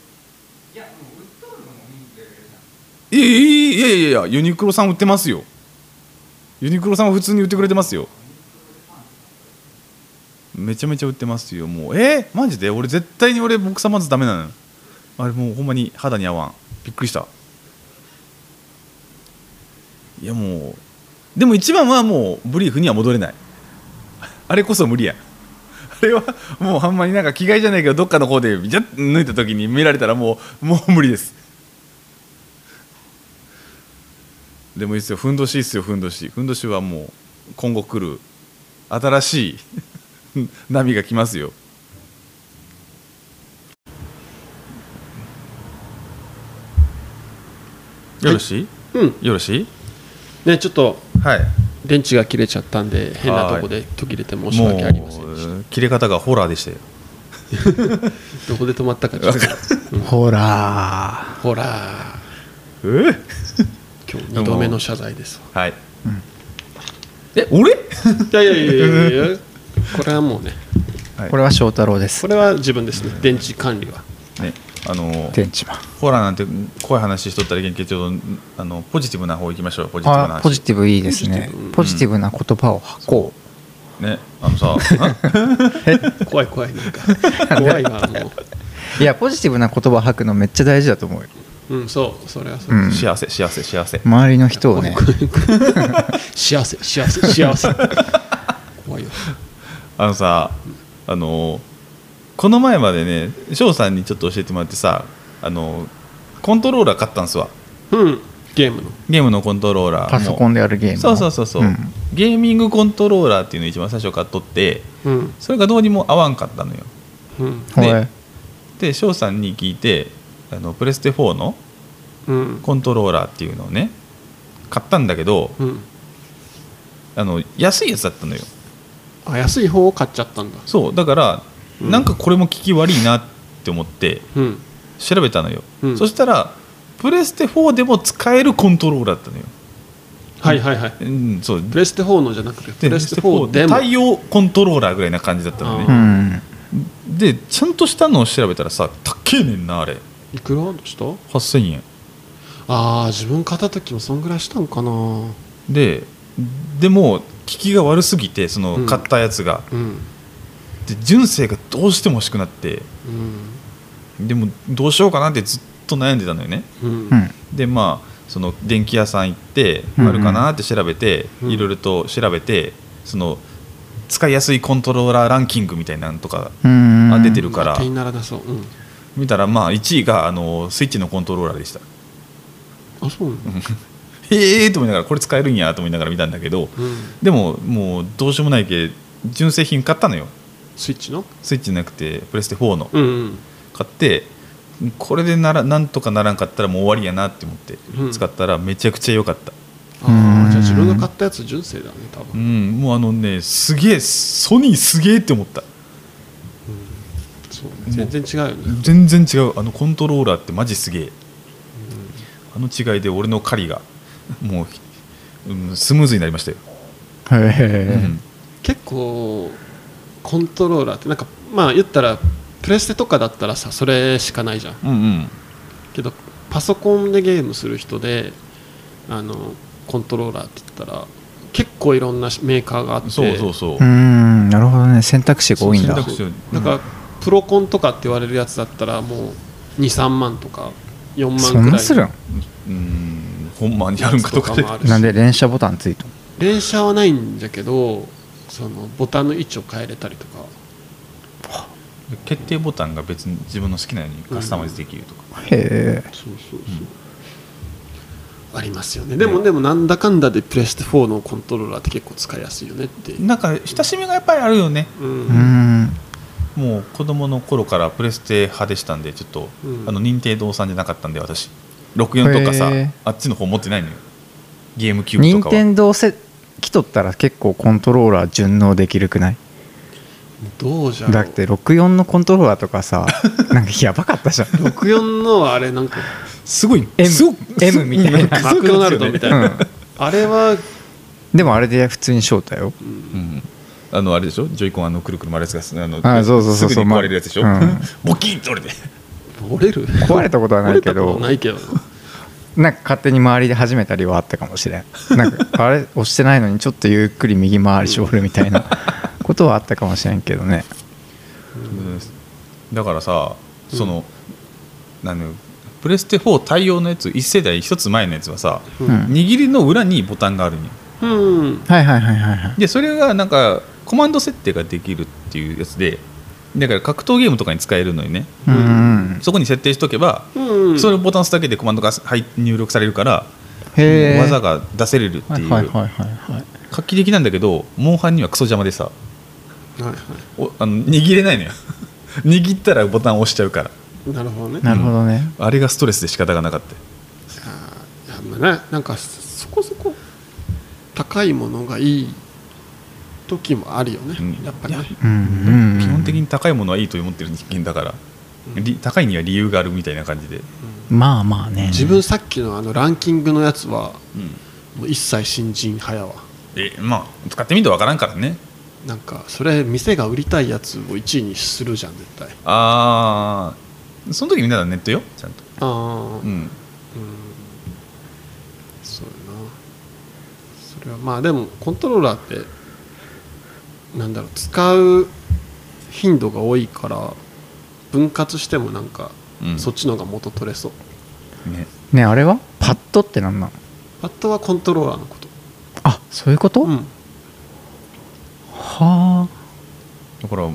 いやいやいやいやいやユニクロさん売ってますよユニクロさんは普通に売ってくれてますよめちゃめちゃ売ってますよもうえー、マジで俺絶対に俺僕さまずダメなのあれもうほんまに肌に合わんびっくりしたいやもうでも一番はもうブリーフには戻れないあれこそ無理やあれはもうあんまりなんか着替えじゃないけどどっかの方でビチャッと抜いた時に見られたらもうもう無理ですでもいいですよふんどしいいっすよふんどしふんどしはもう今後来る新しい 波が来ますよよろしい
うん
よろしい
ねちょっと
はい
電池が切れちゃったんで変なとこで途切れて申し訳ありませんでし
もう切れ方がホラーでしたよ
たどこで止まったかちょっと
ほら
ほら
えー
今日2度目の謝罪ですわ
はい、え俺
いやいやいやいやいやこれはもうね
これは翔太郎です
これは自分ですね電池管理は
ねあの
天地マン
ホラーなんて怖い話しとったら元気ちょっとあのポジティブな方行きましょうポジティブな
あ
話
ポジティブいいですねポジティブな言葉を吐こ
ねあ のさ
怖い怖いなんか怖いわも
ういやポジティブな言葉吐くのめっちゃ大事だと思うよ
ううんそうそれはそううん
幸せ幸せ幸せ
周りの人をね
幸せ幸せ幸せ怖いよ
あのさあのこの前までね翔さんにちょっと教えてもらってさあのコントローラー買ったんすわ
うんゲームの
ゲームのコントローラー
パソコン
で
でやるゲーム
そうそうそうそう、
ん
ゲーミングコントローラーっていうの一番最初買っとって
うん
それがどうにも合わんかったのよ
うん
ほい
ねで翔さんに聞いてあのプレステ4の
うん
コントローラーっていうのをね買ったんだけど
うん
あの安いやつだったのよ
あ安い方を買っちゃったんだ
そうだから、
うん
なんかこれも効き悪いなって思って
うん
調べたのよ、
うん
そしたらプレステ4でも使えるコントローラーだったのよ、
はいはいはい
うん、そう
プレステ4のじゃなくてプレステ4でも
対応コントローラーぐらいな感じだったの
う
ね、
ん
でちゃんとしたのを調べたらさ高えねんなあれ
いくらでした
8000円
ああ自分買った時もそんぐらいしたんかな
ででも効きが悪すぎてその
うん
買ったやつが、
うん
で純正がどうしても欲しくなって
うん
でもどうしようかなってずっと悩んでたのよね
うん
うん
でまあその電気屋さん行って
うんうん
あるかなって調べて
うん
いろいろと調べてその使いやすいコントローラーランキングみたいなのとか
うん
あ出てるから
当てにならなそううん
見たらまあ1位があのスイッチのコントローラーでした
あそうなんだ
へえと思いながらこれ使えるんやと思いながら見たんだけど
うん
でももうどうしようもないけ純正品買ったのよ
スイッチの
スイッチじゃなくてプレステ4の
うんうん
買ってこれでならなんとかならんかったらもう終わりやなって思って
うん
使ったらめちゃくちゃ良かった
あ
う
あ
ん
じゃあ自分が買ったやつ純正だね多
う
分
ん、もうあのねすげえソニーすげえって思った
そうね全然違うよね
全然違うあのコントローラーってマジすげえ、あの違いで俺の狩りがもう、うん、スムーズになりましたよ、
へえ
うん
結構コントローラーってなんかまあ言ったらプレステとかだったらさそれしかないじゃん
うんうん
けどパソコンでゲームする人であのコントローラーって言ったら結構いろんなメーカーがあって
そうそうそ
う
う、
んなるほどね選択肢が多いんだ
そう選択肢
だからプロコンとかって言われるやつだったらもう23万とか4万
そ
く
ん
ら
ないするん
うんほんまにやるんかとかで
もあるし
なんで連射ボタンついた
連射はないんじゃけどそのボタンの位置を変えれたりとか
決定ボタンが別に自分の好きなようにカスタマイズできるとか、
へえ
そうそうそう、ありますよねでもでもなんだかんだでプレステ4のコントローラーって結構使いやすいよねっていう
なんか親しみがやっぱりあるよね
うん
うん
もう子供の頃からプレステ派でしたんでちょっと、
うん
あの任天堂さんじゃなかったんで私64とかさ
へー
あっちの方持ってないのよゲームキューブ
任
とかは
天堂せ来とったら結構コントローラー順応できるくない
どうじゃろう
だって64のコントローラーとか さなんかやばかったじゃん
64のあれなん か
すごい
M
すごい
M みたいな
すご
マクドナルドみたいな、
うん
あれは
でもあれで普通に招待よ
うんあのあれでしょジョイコンあのくるくる回るやつがあの
あそうそうそうそう
すぐに壊れるやつでしょ、
まあうん
ボキッと折れて
折れる
壊れたことはないけ
折
ど
れたことないけど
なんか勝手に周りで始めたりはあったかもしれんなんかあれ押してないのにちょっとゆっくり右回りしぼるみたいなことはあったかもしれんけどね
だからさその、なんだよプレステ4対応のやつ1世代1つ前のやつはさ、
う
うん
握りの裏にボタンがあるんよ
うん
はいはいはいはいはい
でそれがなんかコマンド設定ができるっていうやつでだから格闘ゲームとかに使えるのにね
うんうん
そこに設定しとけば、
うん
それをボタン押すだけでコマンドが入入力されるから、
へえ
技が出せれるって
はい
いう、
はいはいはいはい
画期的なんだけどモンハンにはクソ邪魔でさ
はいは
おあの握れないのよ 握ったらボタン押しちゃうから
いなるほどね
なるほどね
あれがストレスで仕方がなかった
あーいやまあねなんかそこそこ高いものがいい時もあるよね、
うん
やっぱりね
うんうんうん
基本的に高いものはいいと思ってる人間だから、り高いには理由があるみたいな感じで、
まあまあね
自分さっきのあのランキングのやつは
うん
もう一切新人派やわ
えまあ使ってみるとわからんからね
なんかそれ店が売りたいやつを1位にするじゃん絶対
ああその時みんなネットよちゃんと
ああ
う
うん
ん
そうやなそれはまあでもコントローラーってなんだろう使う頻度が多いから分割してもなんか、
うん
そっちの方が元取れそう
ね
ねあれはパッドってなんなの
パッドはコントローラーのこと
あそういうこと、
うん
はあ
だから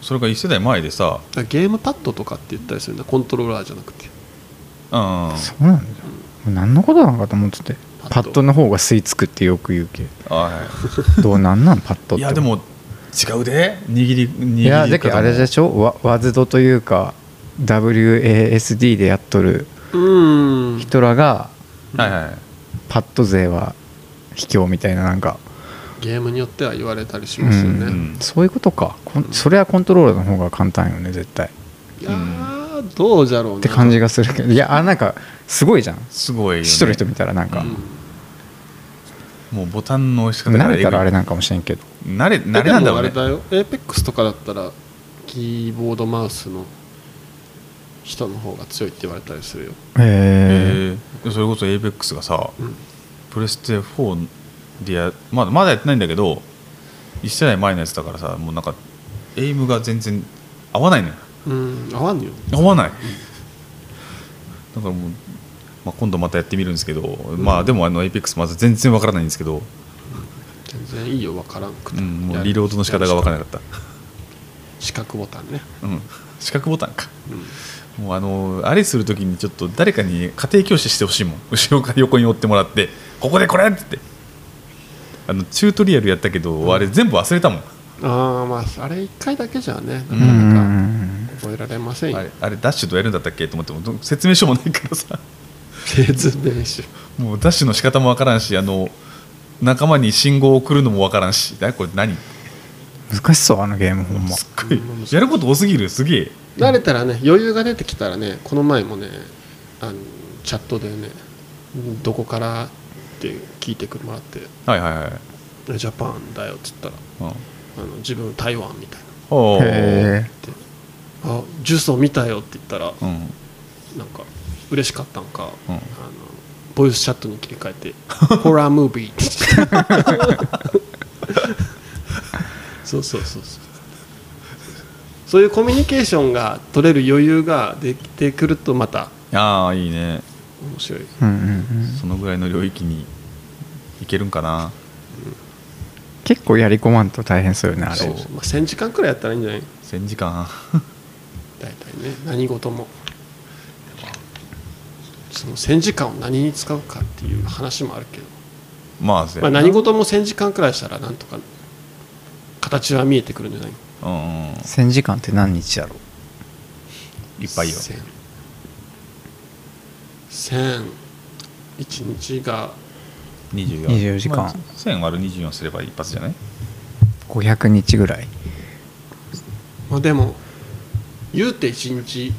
それが1世代前でさ
だからゲームパッドとかって言ったりするなコントローラーじゃなくて
あ
そうなんだよ何のことなのかと思ってて
パッド
パッドの方が吸い付くってよく言うけ
あ、は
どうなんなんパッドっ
い、い
て
やでも違うで握り握り
いやだけどあれでしょわワズドというか WASD でやっとる
うん
人らが
はいはい
パッド勢は卑怯みたいななんか、
ゲームによっては言われたりしますよね、
うん
そういうことかこんそれはコントローラーの方が簡単よね絶対っ
いやーどうじゃろうな
て感じがするけどいやあなんかすごいじゃん
すごいよ、ね、
しとる人見たらなんか、
もうボタンの押し方が
慣れたらあ
え
れ
ぐい
なんかもしれんけど
慣れ慣れなんだろう
あれ
ね
だよエーペックスとかだったらキーボードマウスの人の方が強いって言われたりするよ
へえ
えーそれこそ APEX がさ、
うん
プレステ4でやまだまだやってないんだけど1世代前のやつだからさもうなんかエイムが全然合わないのよ
うん合わんよ
合わないだからもう、まあ、今度またやってみるんですけど、まあでもあの APEX まず全然わからないんですけど、
全然いいよ分からんく
う
て、
ん、もうリロードの仕方がわからなかっ
四角ボタンね
た、うん、四角ボタンか、もうあのあれするときにちょっと誰かに家庭教師してほしいもん 後ろから横に追ってもらってここでこれってってあのチュートリアルやったけど、あれ全部忘れたもん
ああまああれ一回だけじゃねな
う
か
ん
なか覚えられませんよ
あれあれダッシュとやるんだったっけと思ってもど説明書もないからさ
説明書
もうダッシュの仕方もわからんしあの仲間に信号を送るのもわからんしだこれ何
難しそうあのゲームほんます
っごいやること多すぎるすげえ
慣れたらね余裕が出てきたらねこの前もねあのチャットでねどこからって聞いてくもらって
はいはいは
「
い、
ジャパンだよ」っつったら「
うん、
あの自分台湾」みたいな
お
へ
ー
え
って「あジュースを見たよ」って言ったら
うん
なんか嬉しかったんか、
うん
あのボイスチャットに切り替えて 「ホラームービー」って そうそうそうそうそういうコミュニケーションが取れる余裕ができてくるとまた
ああいいね
面白い
うんうんうん
そのぐらいの領域にいけるんかな
結構やり込まんと大変そうよねあ
そ
れ
う
まあ、1000時間くらいやったらいいんじゃない
1000時間
大体ね何事もその1000時間を何に使うかっていう話もあるけど
まあ、せ
まあ、何事も1000時間くらいしたらなんとか形は見えてくるんじゃない
うんうん、
1000時間って何日やろ
いっぱいよ
1000 1000 1日が
24
24時間
まあ、1000割る24すれば一発じゃない、
500日ぐらい
まあでも言うて1日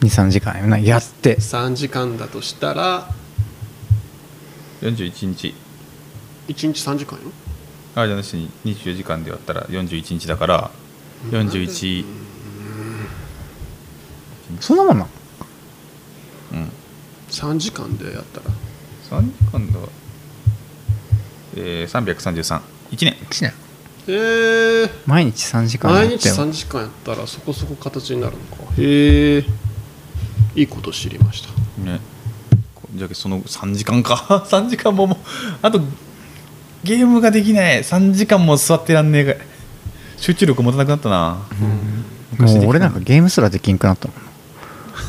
23時間やなやって
3時間だとしたら
41日
1日3時間よ
あじゃなしに24時間で割ったら41日だから41
そんなもんなん
うん
3時間でやったら
3時間だえー、3331年
1年
ええー、
毎日3時間
毎
やっ
日
ても
3時間やったらそこそこ形になるのかへえいいこと知りました
ねじゃあその3時間か 3時間ももうあとゲームができない3時間も座ってらんねえか集中力持たなくなったな、 昔で
も
き
う
た
俺なんかゲームすらできんくなったもん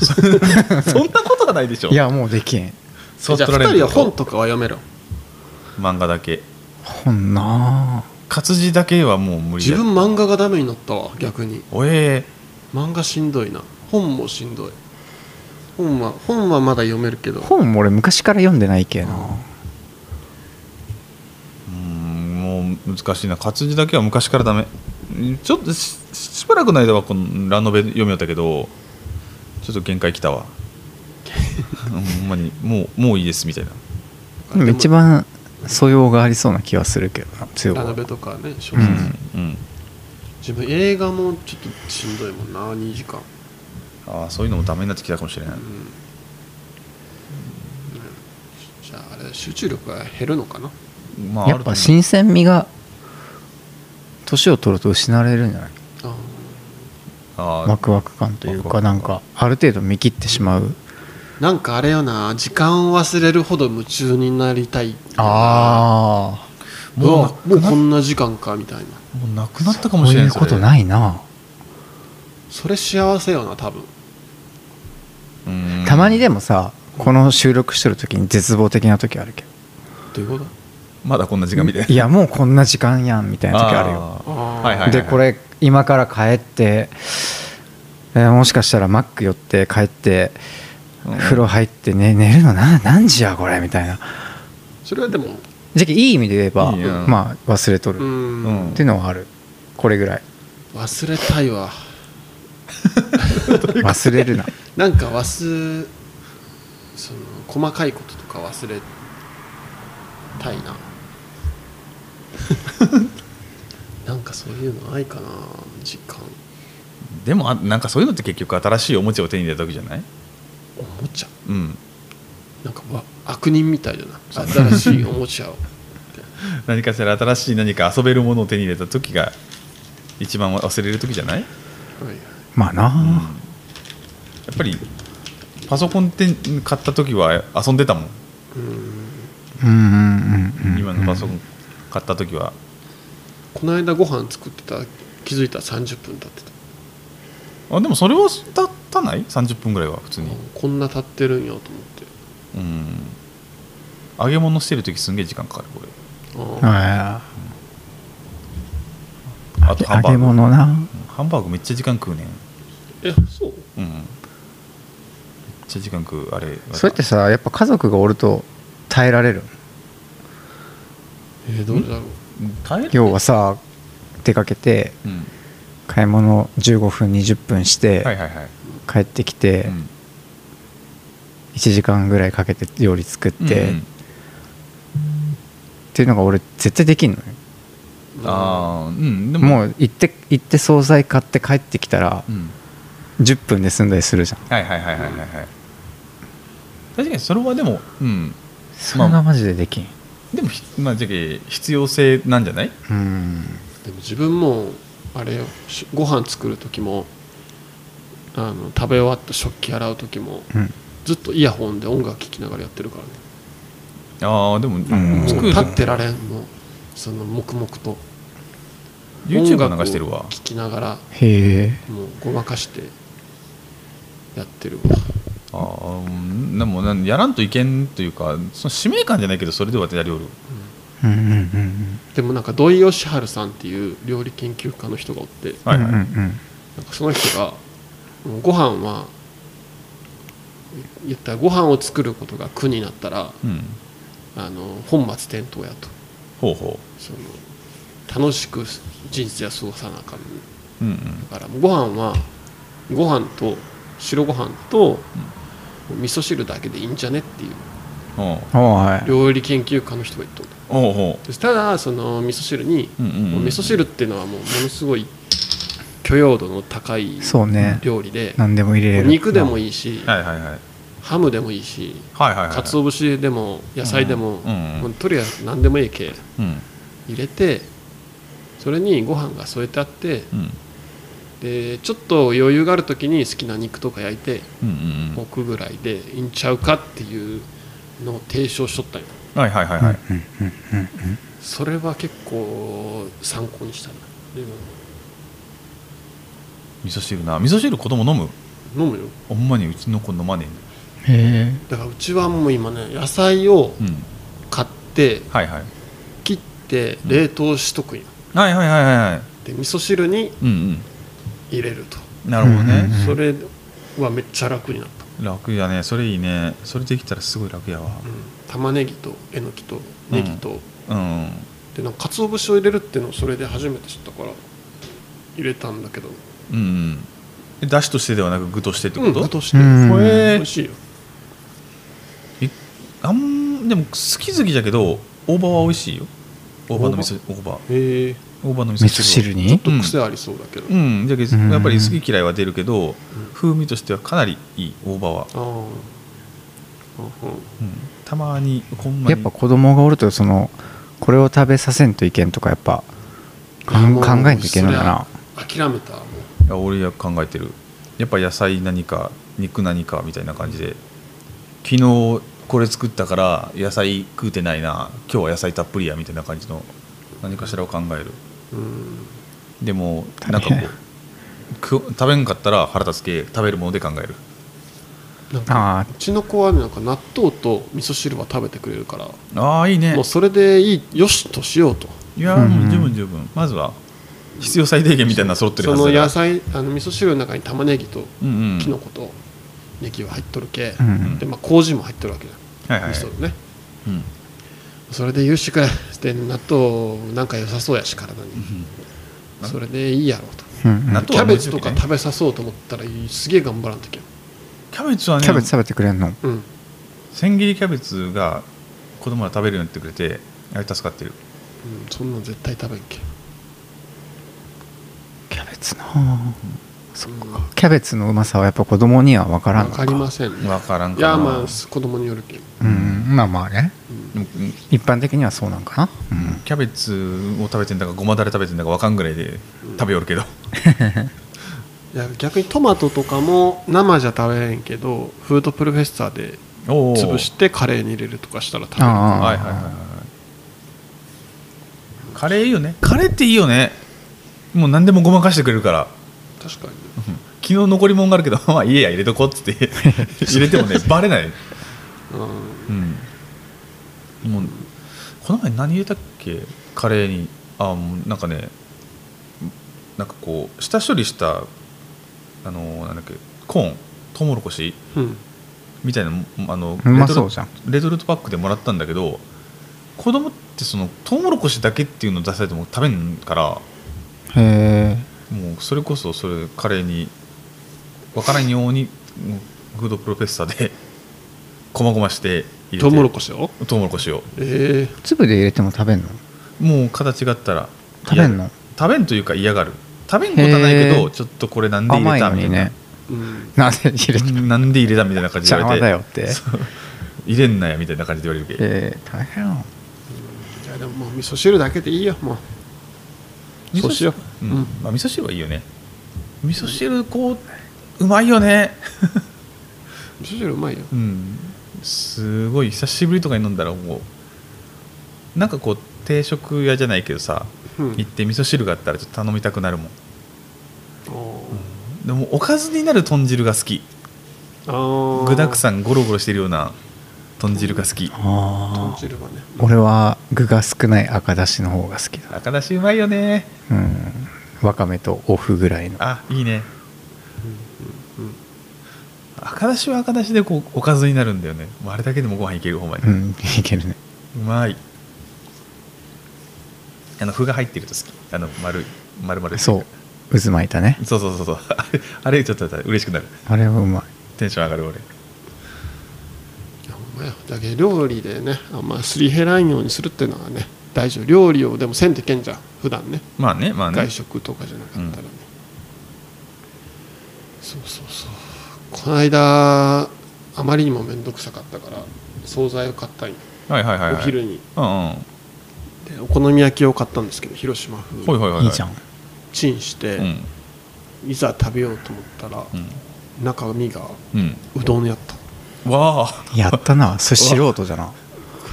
そんなことはないでしょ
いやもうできん
座っ
じゃあ
とられ
2
る
人は本とかは読める
漫画だけ
本なあ
活字だけはもう無理だ
自分漫画がダメになったわ逆に
おえ
漫画しんどいな本もしんどい本は本はまだ読めるけど
本も俺昔から読んでないけどな
うーんもう難しいな活字だけは昔からダメちょっとししばらくの間はこのラノベ読みよったけどちょっと限界 きたわうんほんまにもうもういいですみたいな
でも一番素養がありそうな気はするけどな強
ラノ
く
ベとかね小説、
うん
うん
自分映画もちょっとしんどいもんな2時間
ああそういうのもダメになってきたかもしれない、
うん、じゃああれ集中力が減るのかな
まあ
やっぱ新鮮味が年を取ると失われるんじゃない
あ
あ
ワクワク感というか
ワクワク
なんかある程度見切ってしまう
ーなんかあれよな時間を忘れるほど夢中になりたい
あ
あ
もう
もうもう
な
こんな時間かみたいな
あもうなくなったか
あ
も
そう
しれ
い
ないう
こと
い
ないな
それ幸せよな多分
たまにでもさこの収録してる時に絶望的な時あるけ
ど
ど
ういうこと
まだこんな時間みたいない
やもうこんな時間やんみたいな時あるよ
ー
はいはいはい
でこれ今から帰って、えーもしかしたらマック寄って帰って
うん
風呂入って、ね、寝るのな何時やこれみたいな
それはでも
じゃけいい意味で言えば
いいやん
まあ忘れとる、
う
っ
ん、
うん
ていうのはあるこれぐらい
忘れたいわ
忘れ るな
なんか忘その細かいこととか忘れたいな なんかそういうのないかな時間
でもあなんかそういうのって結局新しいおもちゃを手に入れた時じゃない
おもちゃ
うん
なんかわ悪人みたいだな新しいおもちゃを
何かしら新しい何か遊べるものを手に入れた時が一番忘れる時じゃない、
はい
まあな、
やっぱりパソコンって買った時は遊んでたもん、
うんうんうんうん
今のパソコン買った時は
この間ご飯作ってた気づいたら30分経ってた、
あでもそれはたたない30分ぐらいは普通に
こんな経ってるんよと思って
うん揚げ物してる時すんげえ時間かかるこれ
あー
あ
あと
あ
ハン
揚げ
バーグ
物な
ハンバーグめっちゃ時間食うねん
えそう
うんめっちゃ時間食うあれ
そうやってさやっぱ家族がおると耐えられる
えーどうだろう
帰る
要はさ出かけて
うん
買い物15分20分して、
はいはいはい、
帰ってきて、
うん
1時間ぐらいかけて料理作って、
う
っ
ん
ていうのが俺絶対できんのよ
ああうんでも
もう行って行って惣菜買って帰ってきたら
うん、
10分で済んだりするじゃん
はいはいはいはいはいはい確かにそれはでもうん
それがマジでできん、
でもひまあじゃけ必要性なんじゃない
うん
でも自分もあれよしご飯作る時もあの食べ終わった食器洗う時も
うん
ずっとイヤホンで音楽聴きながらやってるからね
ああでも、
ん
も
作
う
る
立ってられんもうその黙々と
YouTube 流してるわ
音楽を聴きながら
へえ
もうごまかしてやってるわ
ああうんでもなんやらんといけんというかその使命感じゃないけどそれではやりおる
うんうんうん
でもなんか土井善晴さんっていう料理研究家の人がおって
う
はい
ん
はい、
うんうん
なんかその人がもうご飯は言ったらご飯を作ることが苦になったら
うん、
あの本末転倒やと
ほうほ
その楽しく人生は過ごさなあかんだ
う、うんうん、
からもうご飯はご飯と白ご飯と味噌汁だけでいいんじゃねっていう
おう
はい
料理研究家の人が言っとる
おうほ
ですただその味噌汁に、
う、うんうん
も
うん、
う味噌汁っていうのはもうものすごい許容度の高い
そうね
料理で、
何でも入れれる
肉でも
い
いいし、
はいはいはいはい
ハムでもいいし
はいはいはい
鰹節でも野菜でも、
うんうんうん
もうとりあえず何でもいいけ
うん
入れてそれにご飯が添えてあって
うん
でちょっと余裕がある時に好きな肉とか焼いて
うんうんう
置くぐらいでいいんちゃうかっていうのを提唱しとったんよ
んはいはいはいはい
それは結構参考にしたなでも
味噌汁な味噌汁子供飲む
飲むよ
ほんまにうちの子飲まね
へ
だからうちはもう今ね野菜を
えうん
買って
はいはい
切って冷凍しとくんよ
はいはいはいはいはい
で味噌汁に
うん
入れると
うんなるほど
う
ね
ん
それはめっちゃ楽になった、
楽やねそれいいねそれできたらすごい楽やわ
うん、玉ねぎとえのきとネギと、
うん
でなんか鰹節を入れるっていうのをそれで初めて知ったから入れたんだけど
うんうんえだしとしてではなく具としてってこと
うん具として
うん
こ
美
れ
味しいよ
えあんでも好き好きだけど大葉は美味しいよ大葉の味噌大葉
へえ
大葉の
味噌汁に
ちょっと癖ありそうだけど、
うんじゃけど
うん
やっぱり好き嫌いは出るけど、風味としてはかなりいい大葉は、
ああうんうん
うんたまにこんなに
やっぱ子供がおるとそのこれを食べさせんといけんとかやっぱかん考えんといけないんだな
諦めたも
いや俺は考えてるやっぱ野菜何か肉何かみたいな感じで昨日これ作ったから野菜食うてないな今日は野菜たっぷりやみたいな感じの何かしらを考える
ううん
でもなんかこうく食べんかったら腹立つけ食べるもので考える
なん
あ
か
ー
うちの子はねなんか納豆と味噌汁は食べてくれるから
ああいいね
もうそれでいいよしとしようと
いや
うんうん
もう十分十分まずは必要最低限みたいなの揃ってる
そ
はず
の
だから
野菜あの味噌汁の中に玉ねぎと
うんうん
きのことネギは入っとるけ、
うん
ん
でまあ麹も入っとるわけじ
はい
ゃ
は
ん
い
味
はい
噌ね
うん
それで有志くらいして納豆なんか良さそうやし体にそれでいいやろうと
うんうん
納
キ
豆
ャ
は
ベ
無
ツ
条
と
件
か
ね
食べさそうと思ったらすげえ頑張らんときゃ
キャベツはね
キャベツ食べてくれんの
うん
千切りキャベツが子供ら食べるようになってくれてあれ助かってる
うん、そんなん絶対食べんけ
キャベツなあそっかキャベツのうまさはやっぱ子供には分から
わ
んの
か
か
りません
わからん
い
かな
やまあ子供によるけん
うんまあまあね
でもうん
一般的にはそうなんかな
キャベツを食べてんだかごまだれ食べてんだかわかんぐらいで食べよるけど、
いや逆にトマトとかも生じゃ食べへんけどフードプロフェッサーで
おお
潰してカレーに入れるとかしたら食べる
ああ
はいはいはいはいカレーいいよねカレーっていいよねもう何でもごまかしてくれるから
確かに
昨日残り物があるけど まあ家や入れとこうっつって 入れてもねバレない、
うん
うん、もうこの前何入れたっけカレーにあもうなんかねなんかこう下処理したあのなんだっけコーントウモロコシ
うん
みたいなあの
うま
レトル
そうじゃん
レトルトパックでもらったんだけど子供ってそのトウモロコシだけっていうのを出されても食べんから
へえ
もうそれこそそれカレーにわからんようにもうフードプロフェッサーでこまごまして入れて
トウモロコシを
トウモロコシを
え
粒で入れても食べんの
もう形があったら
食べんの
食べんというか嫌がる食べんことはないけ
へー
どちょっとこれなんで入
甘
れ
い
た
の
みた
に
いな、
ね
えうん
なぜ入れた
うん なんで入れたみたいな感じで言
邪
わ
魔
れ
だ
て
よって
入れんなやみたいな感じで言われるけ
えー大変やない
やでももう味噌汁だけでいいよもう
味
そ
噌汁
うしよう
う
うんん
まあ、味噌汁はいいよね味噌汁こううまいよね
味噌汁うまいよ
うんすごい久しぶりとかに飲んだらもうなんかこう定食屋じゃないけどさ
うん
行って味噌汁があったらちょっと頼みたくなるもん
お
でもおかずになる豚汁が好き
ーあ
具だく
ん
さんゴロゴロしてるような豚汁が好き
豚
あー
汁はね
俺は具が少ない赤だしの方が好きだ
赤だしうまいよね
うんわかめとお麩ぐらいの
あいいね
うんうん
赤だしは赤だしでこうおかずになるんだよねもうあれだけでもご飯いけるほんまに、
う
うん
いけるね
まいあの麩が入ってると好きあの丸い丸々してる
そう渦巻いたね
そうそうそうそう あれあれちょっと嬉しくなる
あれはうまい
テンション上がる俺
いやほんまやだけど料理でねあんますり減らんようにするっていうのはね大事よ料理をでもせんといけんじゃん普段ね
まあねまあね
外食とかじゃなかったらね、そうそうそうこの間あまりにも面倒くさかったから惣菜を買ったんよ、
はいはいはい、はい、
お昼に
うんうん
でお好み焼きを買ったんですけど広島風、
はいはいはい
いいじゃん
チンして、
うん
いざ食べようと思ったら、中身が
うん
うどんやった
うんわあ
やったなそれ素人じゃな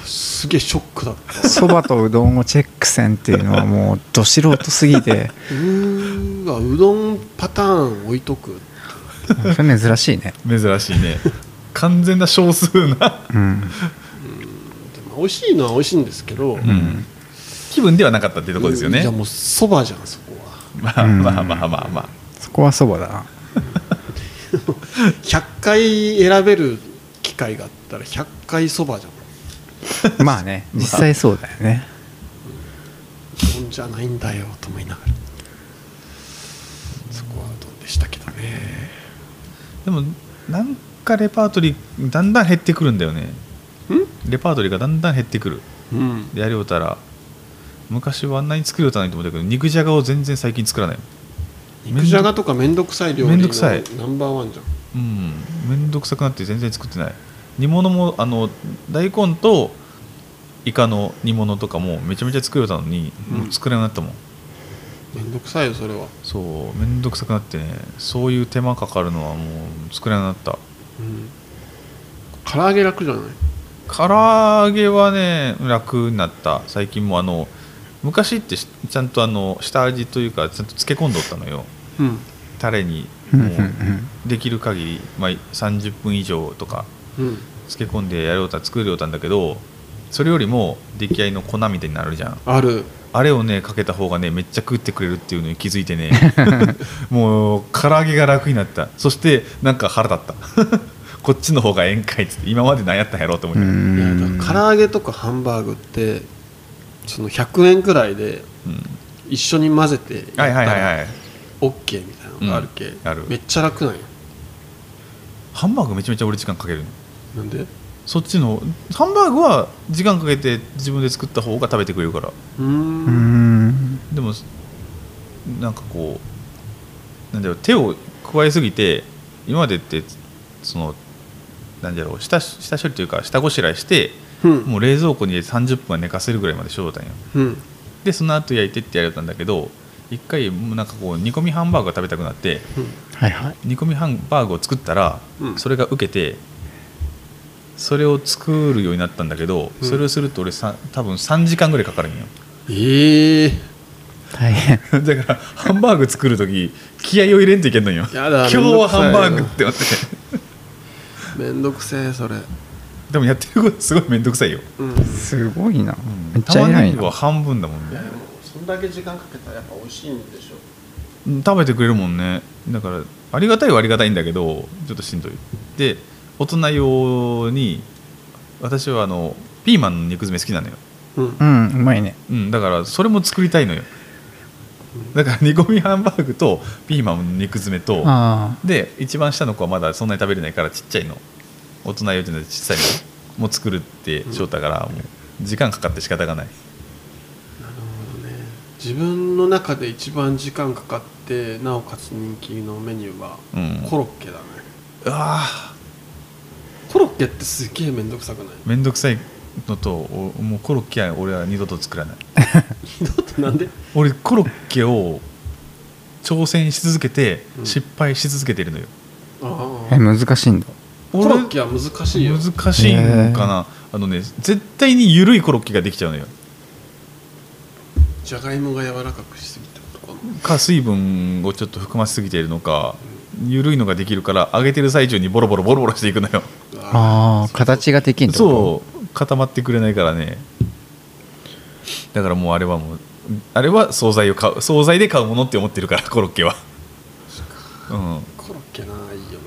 すげえショックだった
そばとうどんをチェックせんっていうのはもうど素人すぎて
うーわうどんパターン置いとく
それ珍しいね
珍しいね完全な少数な
うん
でも美味しいのは美味しいんですけど、
うん気分ではなかったっていうところですよね
じゃあもうそばじゃんそこは
まあ
うん
まあまあまあまあ
そこはそばだな
100回選べる機会があったら100回そばじゃん
まあね実際そうだよね、
うどんじゃないんだよと思いながらそこはうどんでしたけどね
でもなんかレパートリーだんだん減ってくるんだよねレパートリーがだんだん減ってくる
うん
でやりおったら昔はあんなに作りようたないと思ったけど肉じゃがを全然最近作らない
肉じゃがとかめんどくさい料理
めん
の
どくさい
ナンバーワンじゃん
うん面倒くさくなって全然作ってない煮物もあの大根とイカの煮物とかもめちゃめちゃ作れたのに、
うん
もう作れなくなったもん
めんどくさいよそれは
そう面倒くさくなってねそういう手間かかるのはもう作れなくなった
うん唐揚げ楽じゃない
唐揚げはね楽になった最近もあの昔ってしちゃんとあの下味というかちゃんと漬け込んどったのよ
うん
タレに
うん
も
うんう
うんできる限り、まあ、30分以上とか
うん
漬け込んでやろうた作るようたんだけどそれよりも出来合いの粉みたいになるじゃん
ある
あれをねかけた方がねめっちゃ食ってくれるっていうのに気づいてねもう唐揚げが楽になったそしてなんか腹立った こっちの方が宴会っつって今まで何やったんやろうと思
う
って、うん
いや
ん
だから唐揚げとかハンバーグってその100円くらいで一緒に混ぜてやった
はいはいはい
ら
はい
OK みたいなのがあるけ、
うんある
めっちゃ楽なんよ
ハンバーグめちゃめちゃ俺時間かける
な
の
んでう
そっちのハンバーグは時間かけて自分で作った方が食べてくれるから
ー
うんん
でもなんかこうなんだろう手を加えすぎて今までってそのなんだろう下下処理というか下ごしらえして
うん
もう冷蔵庫に入れて30分は寝かせるぐらいまでしようだったんよ
うん
でその後焼いてってやれたんだけど一回もうなんかこう煮込みハンバーグが食べたくなって
はいはい
煮込みハンバーグを作ったら、
うん
それが受けてそれを作るようになったんだけど、
うん
それをすると俺さ多分3時間ぐらいかかるんよ
ええ
大変
だからハンバーグ作る時気合を入れんといけんのよ
やだ
今日はハンバーグって思って
めんどくせえそれ
でもやってることすごい面倒くさいよ、
うん
すごいなめっちゃ
玉
偉
ね
い
ぎは
な
半分だもんね
そんだけ時間かけたらやっぱ美味しいんでしょ
食べてくれるもんねだからありがたいはありがたいんだけどちょっとしんどいで大人用に私はあのピーマンの肉詰め好きなのよ、
うん
うんうまいね
うん、だからそれも作りたいのよだから煮込みハンバーグとピーマンの肉詰めと
あ
で一番下の子はまだそんなに食べれないからちっちゃいの大人用っていうのはちっちゃいのもう作るって翔太からもう時間かかって仕方がない
自分の中で一番時間かかってなおかつ人気のメニューは
うん
コロッケだね、
あ
コロッケってすげえめんどくさくない
面倒くさいのとおもうコロッケは俺は二度と作らない
二度となんで
俺コロッケを挑戦し続けて
うん
失敗し続けてるのよ、
あ
あえ難しいんだ
コロッケは難しいよ
俺難しいのかなあのね絶対に緩いコロッケができちゃうのよ
じゃがいもが柔らかくしすぎたとか
か水分をちょっと含ませすぎているのか緩いのができるから揚げてる最中にボロボロボロボロしていくのよ
ああ形ができんってこ
そう固まってくれないからねだからもうあれはもうあれは惣菜を買う惣菜で買うものって思ってるからコロッケはうん
コロッケないいよ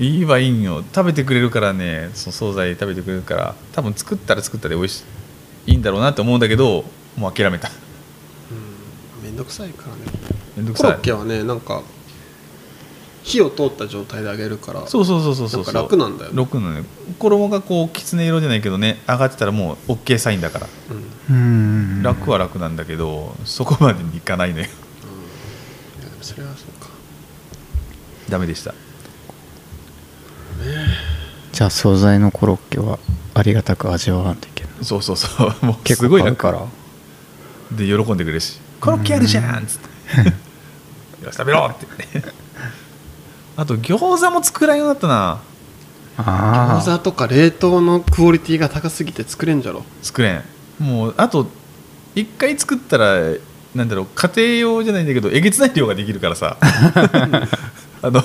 いいはいいんよ食べてくれるからねその惣菜食べてくれるから多分作ったら作ったで美味しいいいんだろうなって思うんだけどもう諦めた
なめんどくさいからね
めんどく
コロ
さ
ッケ
い
はねなんか火を通った状態で揚げるから
そうそうそうそうそう
なんか楽なんだよね
楽なのよ衣がこうきつね色じゃないけどね上がってたらもう OK サインだから、
うん、い
とうん
楽は楽なんだけどそこまでにいかないのよ
やでもそれはそうか
ダメでした
じゃあ惣菜のコロッケはありがたく味わわんといけない
そうそうそうもう
結
す
構
ごい
買う
楽
から
で喜んでくれるし「コロッケあるじゃん!」っつって「 よし食べろ!」って言って あと餃子も作らんようになったな
あ
餃子とか冷凍のクオリティが高すぎて作れんじゃろ
作れんもうあと一回作ったらなんだろう家庭用じゃないんだけどえげつない量ができるからさあの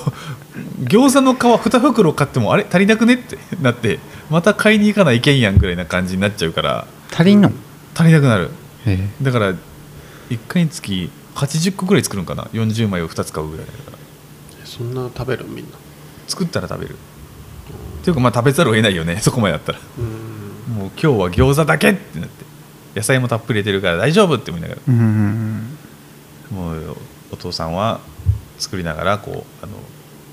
餃子の皮2袋買ってもあれ足りなくねって なってまた買いに行かないけんやんぐらいな感じになっちゃうから
あ足りんの
足りなくなる
え
だから1回につき80個ぐらい作るんかな40枚を2つ買うぐらいだから
そんな食べるみんな
作ったら食べるっていうかまあ食べざるを得ないよねそこまでだったら
うん
もう今日は餃子だけってなって野菜もたっぷり入れてるから大丈夫って思いながら
うんうん
もうお父さんは作りながらこうあの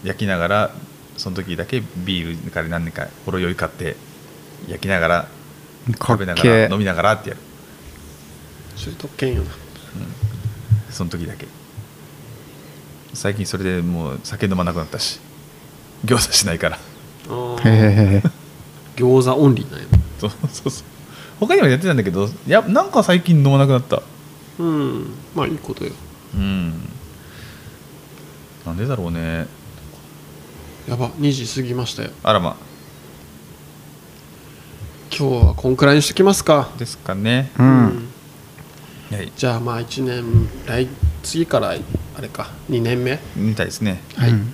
焼きながらその時だけビールから何かほろ酔い買って焼きながら
うん
食べながら飲みながらってやる
中途権よな
その時だけ最近それでもう酒飲まなくなったし餃子しないから
あー
へえ
餃子オンリーなんや
そうそうそう他にもやってたんだけどいやなんか最近飲まなくなった
うんまあいいことよ
うんなんでだろうね
やば2時過ぎましたよ
あらま
今日はこんくらいにしときますか
ですかね
う
うん
はい
じゃあまあ1年来次からあれか2年目
みたいですね
はい、
うん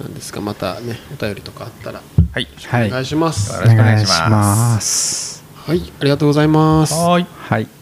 なんですがまたねお便りとかあったら
はい
は
お
い
願いします、
よ
は
ろしくお願いします
お願いします
いありがとうございます
はーい
はい